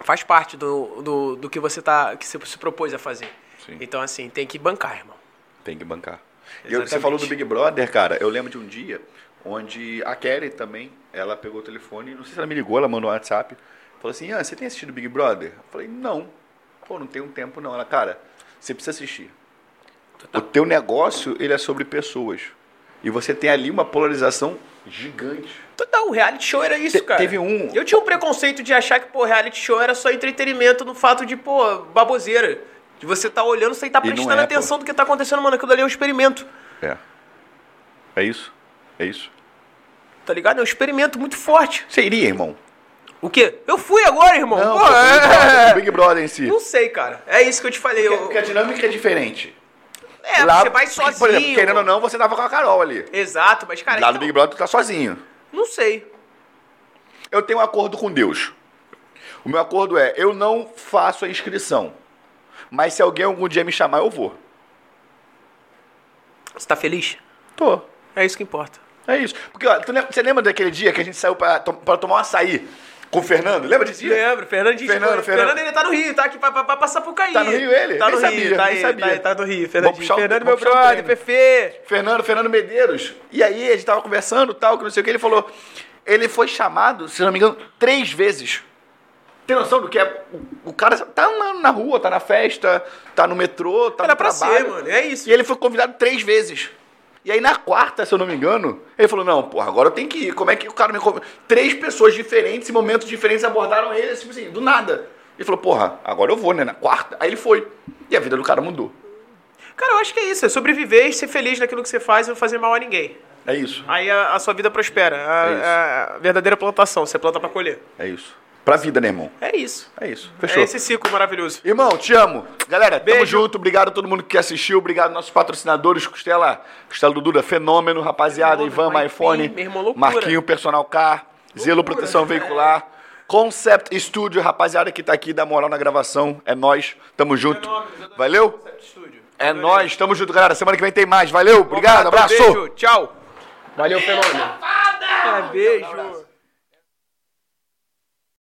faz parte do, do, do que você tá. que você se propôs a fazer. Sim. Então, assim, tem que bancar, irmão. Tem que bancar. E eu- Exatamente. você falou do Big Brother, cara. Eu lembro de um dia onde a Kelly também, ela pegou o telefone, não sei se ela me ligou, ela mandou um WhatsApp. Falou assim, ah, você tem assistido Big Brother? Eu falei, não. Pô, não tem um tempo não. Ela, cara, você precisa assistir. O teu negócio, ele é sobre pessoas. E você tem ali uma polarização gigante. Total, Então, o reality show era isso, Te- cara. teve um- Eu tinha um preconceito de achar que, pô, reality show era só entretenimento no fato de, pô, baboseira. De você tá olhando sem tá E não prestando é, atenção do que tá acontecendo, mano. Aquilo ali é um experimento. É. É isso? É isso? Tá ligado? É um experimento muito forte. Você iria, irmão? O quê? Eu fui agora, irmão. Não, Pô, pô, é- Big Brother- Big Brother em si. Não sei, cara. É isso que eu te falei. eu- Porque a dinâmica é diferente. É, Lá- tipo, você vai sozinho. Por exemplo, querendo ou não, você tava com a Carol ali. Exato, mas, cara, Lá no então, Big Brother, tu tá sozinho. não sei. Eu tenho um acordo com Deus. O meu acordo é, eu não faço a inscrição. Mas se alguém algum dia me chamar, eu vou. Você tá feliz? Tô. É isso que importa. É isso. Porque, ó, tu lem- você lembra daquele dia que a gente saiu pra, to- pra tomar um açaí? Com o Fernando, lembra disso? Lembro, Fernandinho. Fernando, Fernando, Fernando. ele tá no Rio, tá aqui pra, pra, pra passar por cair. Tá no Rio ele? Tá Nem no sabia, Rio, tá nem aí, sabia. tá aí, tá no Rio, Vou Fernandinho. puxar o- Fernando, é vou meu puxar o brother, treino. Fefe. Fernando, Fernando Medeiros. E aí a gente tava conversando, tal, que não sei o que, ele falou. Ele foi chamado, se não me engano, três vezes. Tem noção do que é? O, o cara tá na, na rua, tá na festa, tá no metrô, tá Era no pra trabalho. ser, mano, é isso. E ele foi convidado três vezes. E aí na quarta, se eu não me engano, ele falou: não, porra, agora eu tenho que ir. Como é que o cara me convidou? Três pessoas diferentes, em momentos diferentes, abordaram ele, assim, assim, do nada. Ele falou, porra, agora eu vou, né? Na quarta. Aí ele foi. E a vida do cara mudou. Cara, eu acho que é isso, é sobreviver e ser feliz naquilo que você faz e não fazer mal a ninguém. É isso. Aí a, a sua vida prospera, a, É isso. a- a verdadeira plantação, você planta pra colher. É isso. Pra vida, né, irmão? É isso. É isso. Fechou. É esse ciclo maravilhoso. Irmão, te amo. Galera, tamo Beijo. junto. Obrigado a todo mundo que assistiu. Obrigado aos nossos patrocinadores. Costela, Costela Duda, fenômeno, rapaziada. Fenômeno, Ivan, My iPhone, Pin, meu irmão, loucura. Marquinho, Personal Car, Zelo Proteção Veicular, Concept Studio, rapaziada que tá aqui, dá moral na gravação. É nós. Tamo junto. Valeu? É nós. Tamo junto, galera. Semana que vem tem mais. Valeu. Obrigado. Abraço. Beijo, tchau. Valeu, Fenômeno. Safada! É, beijo.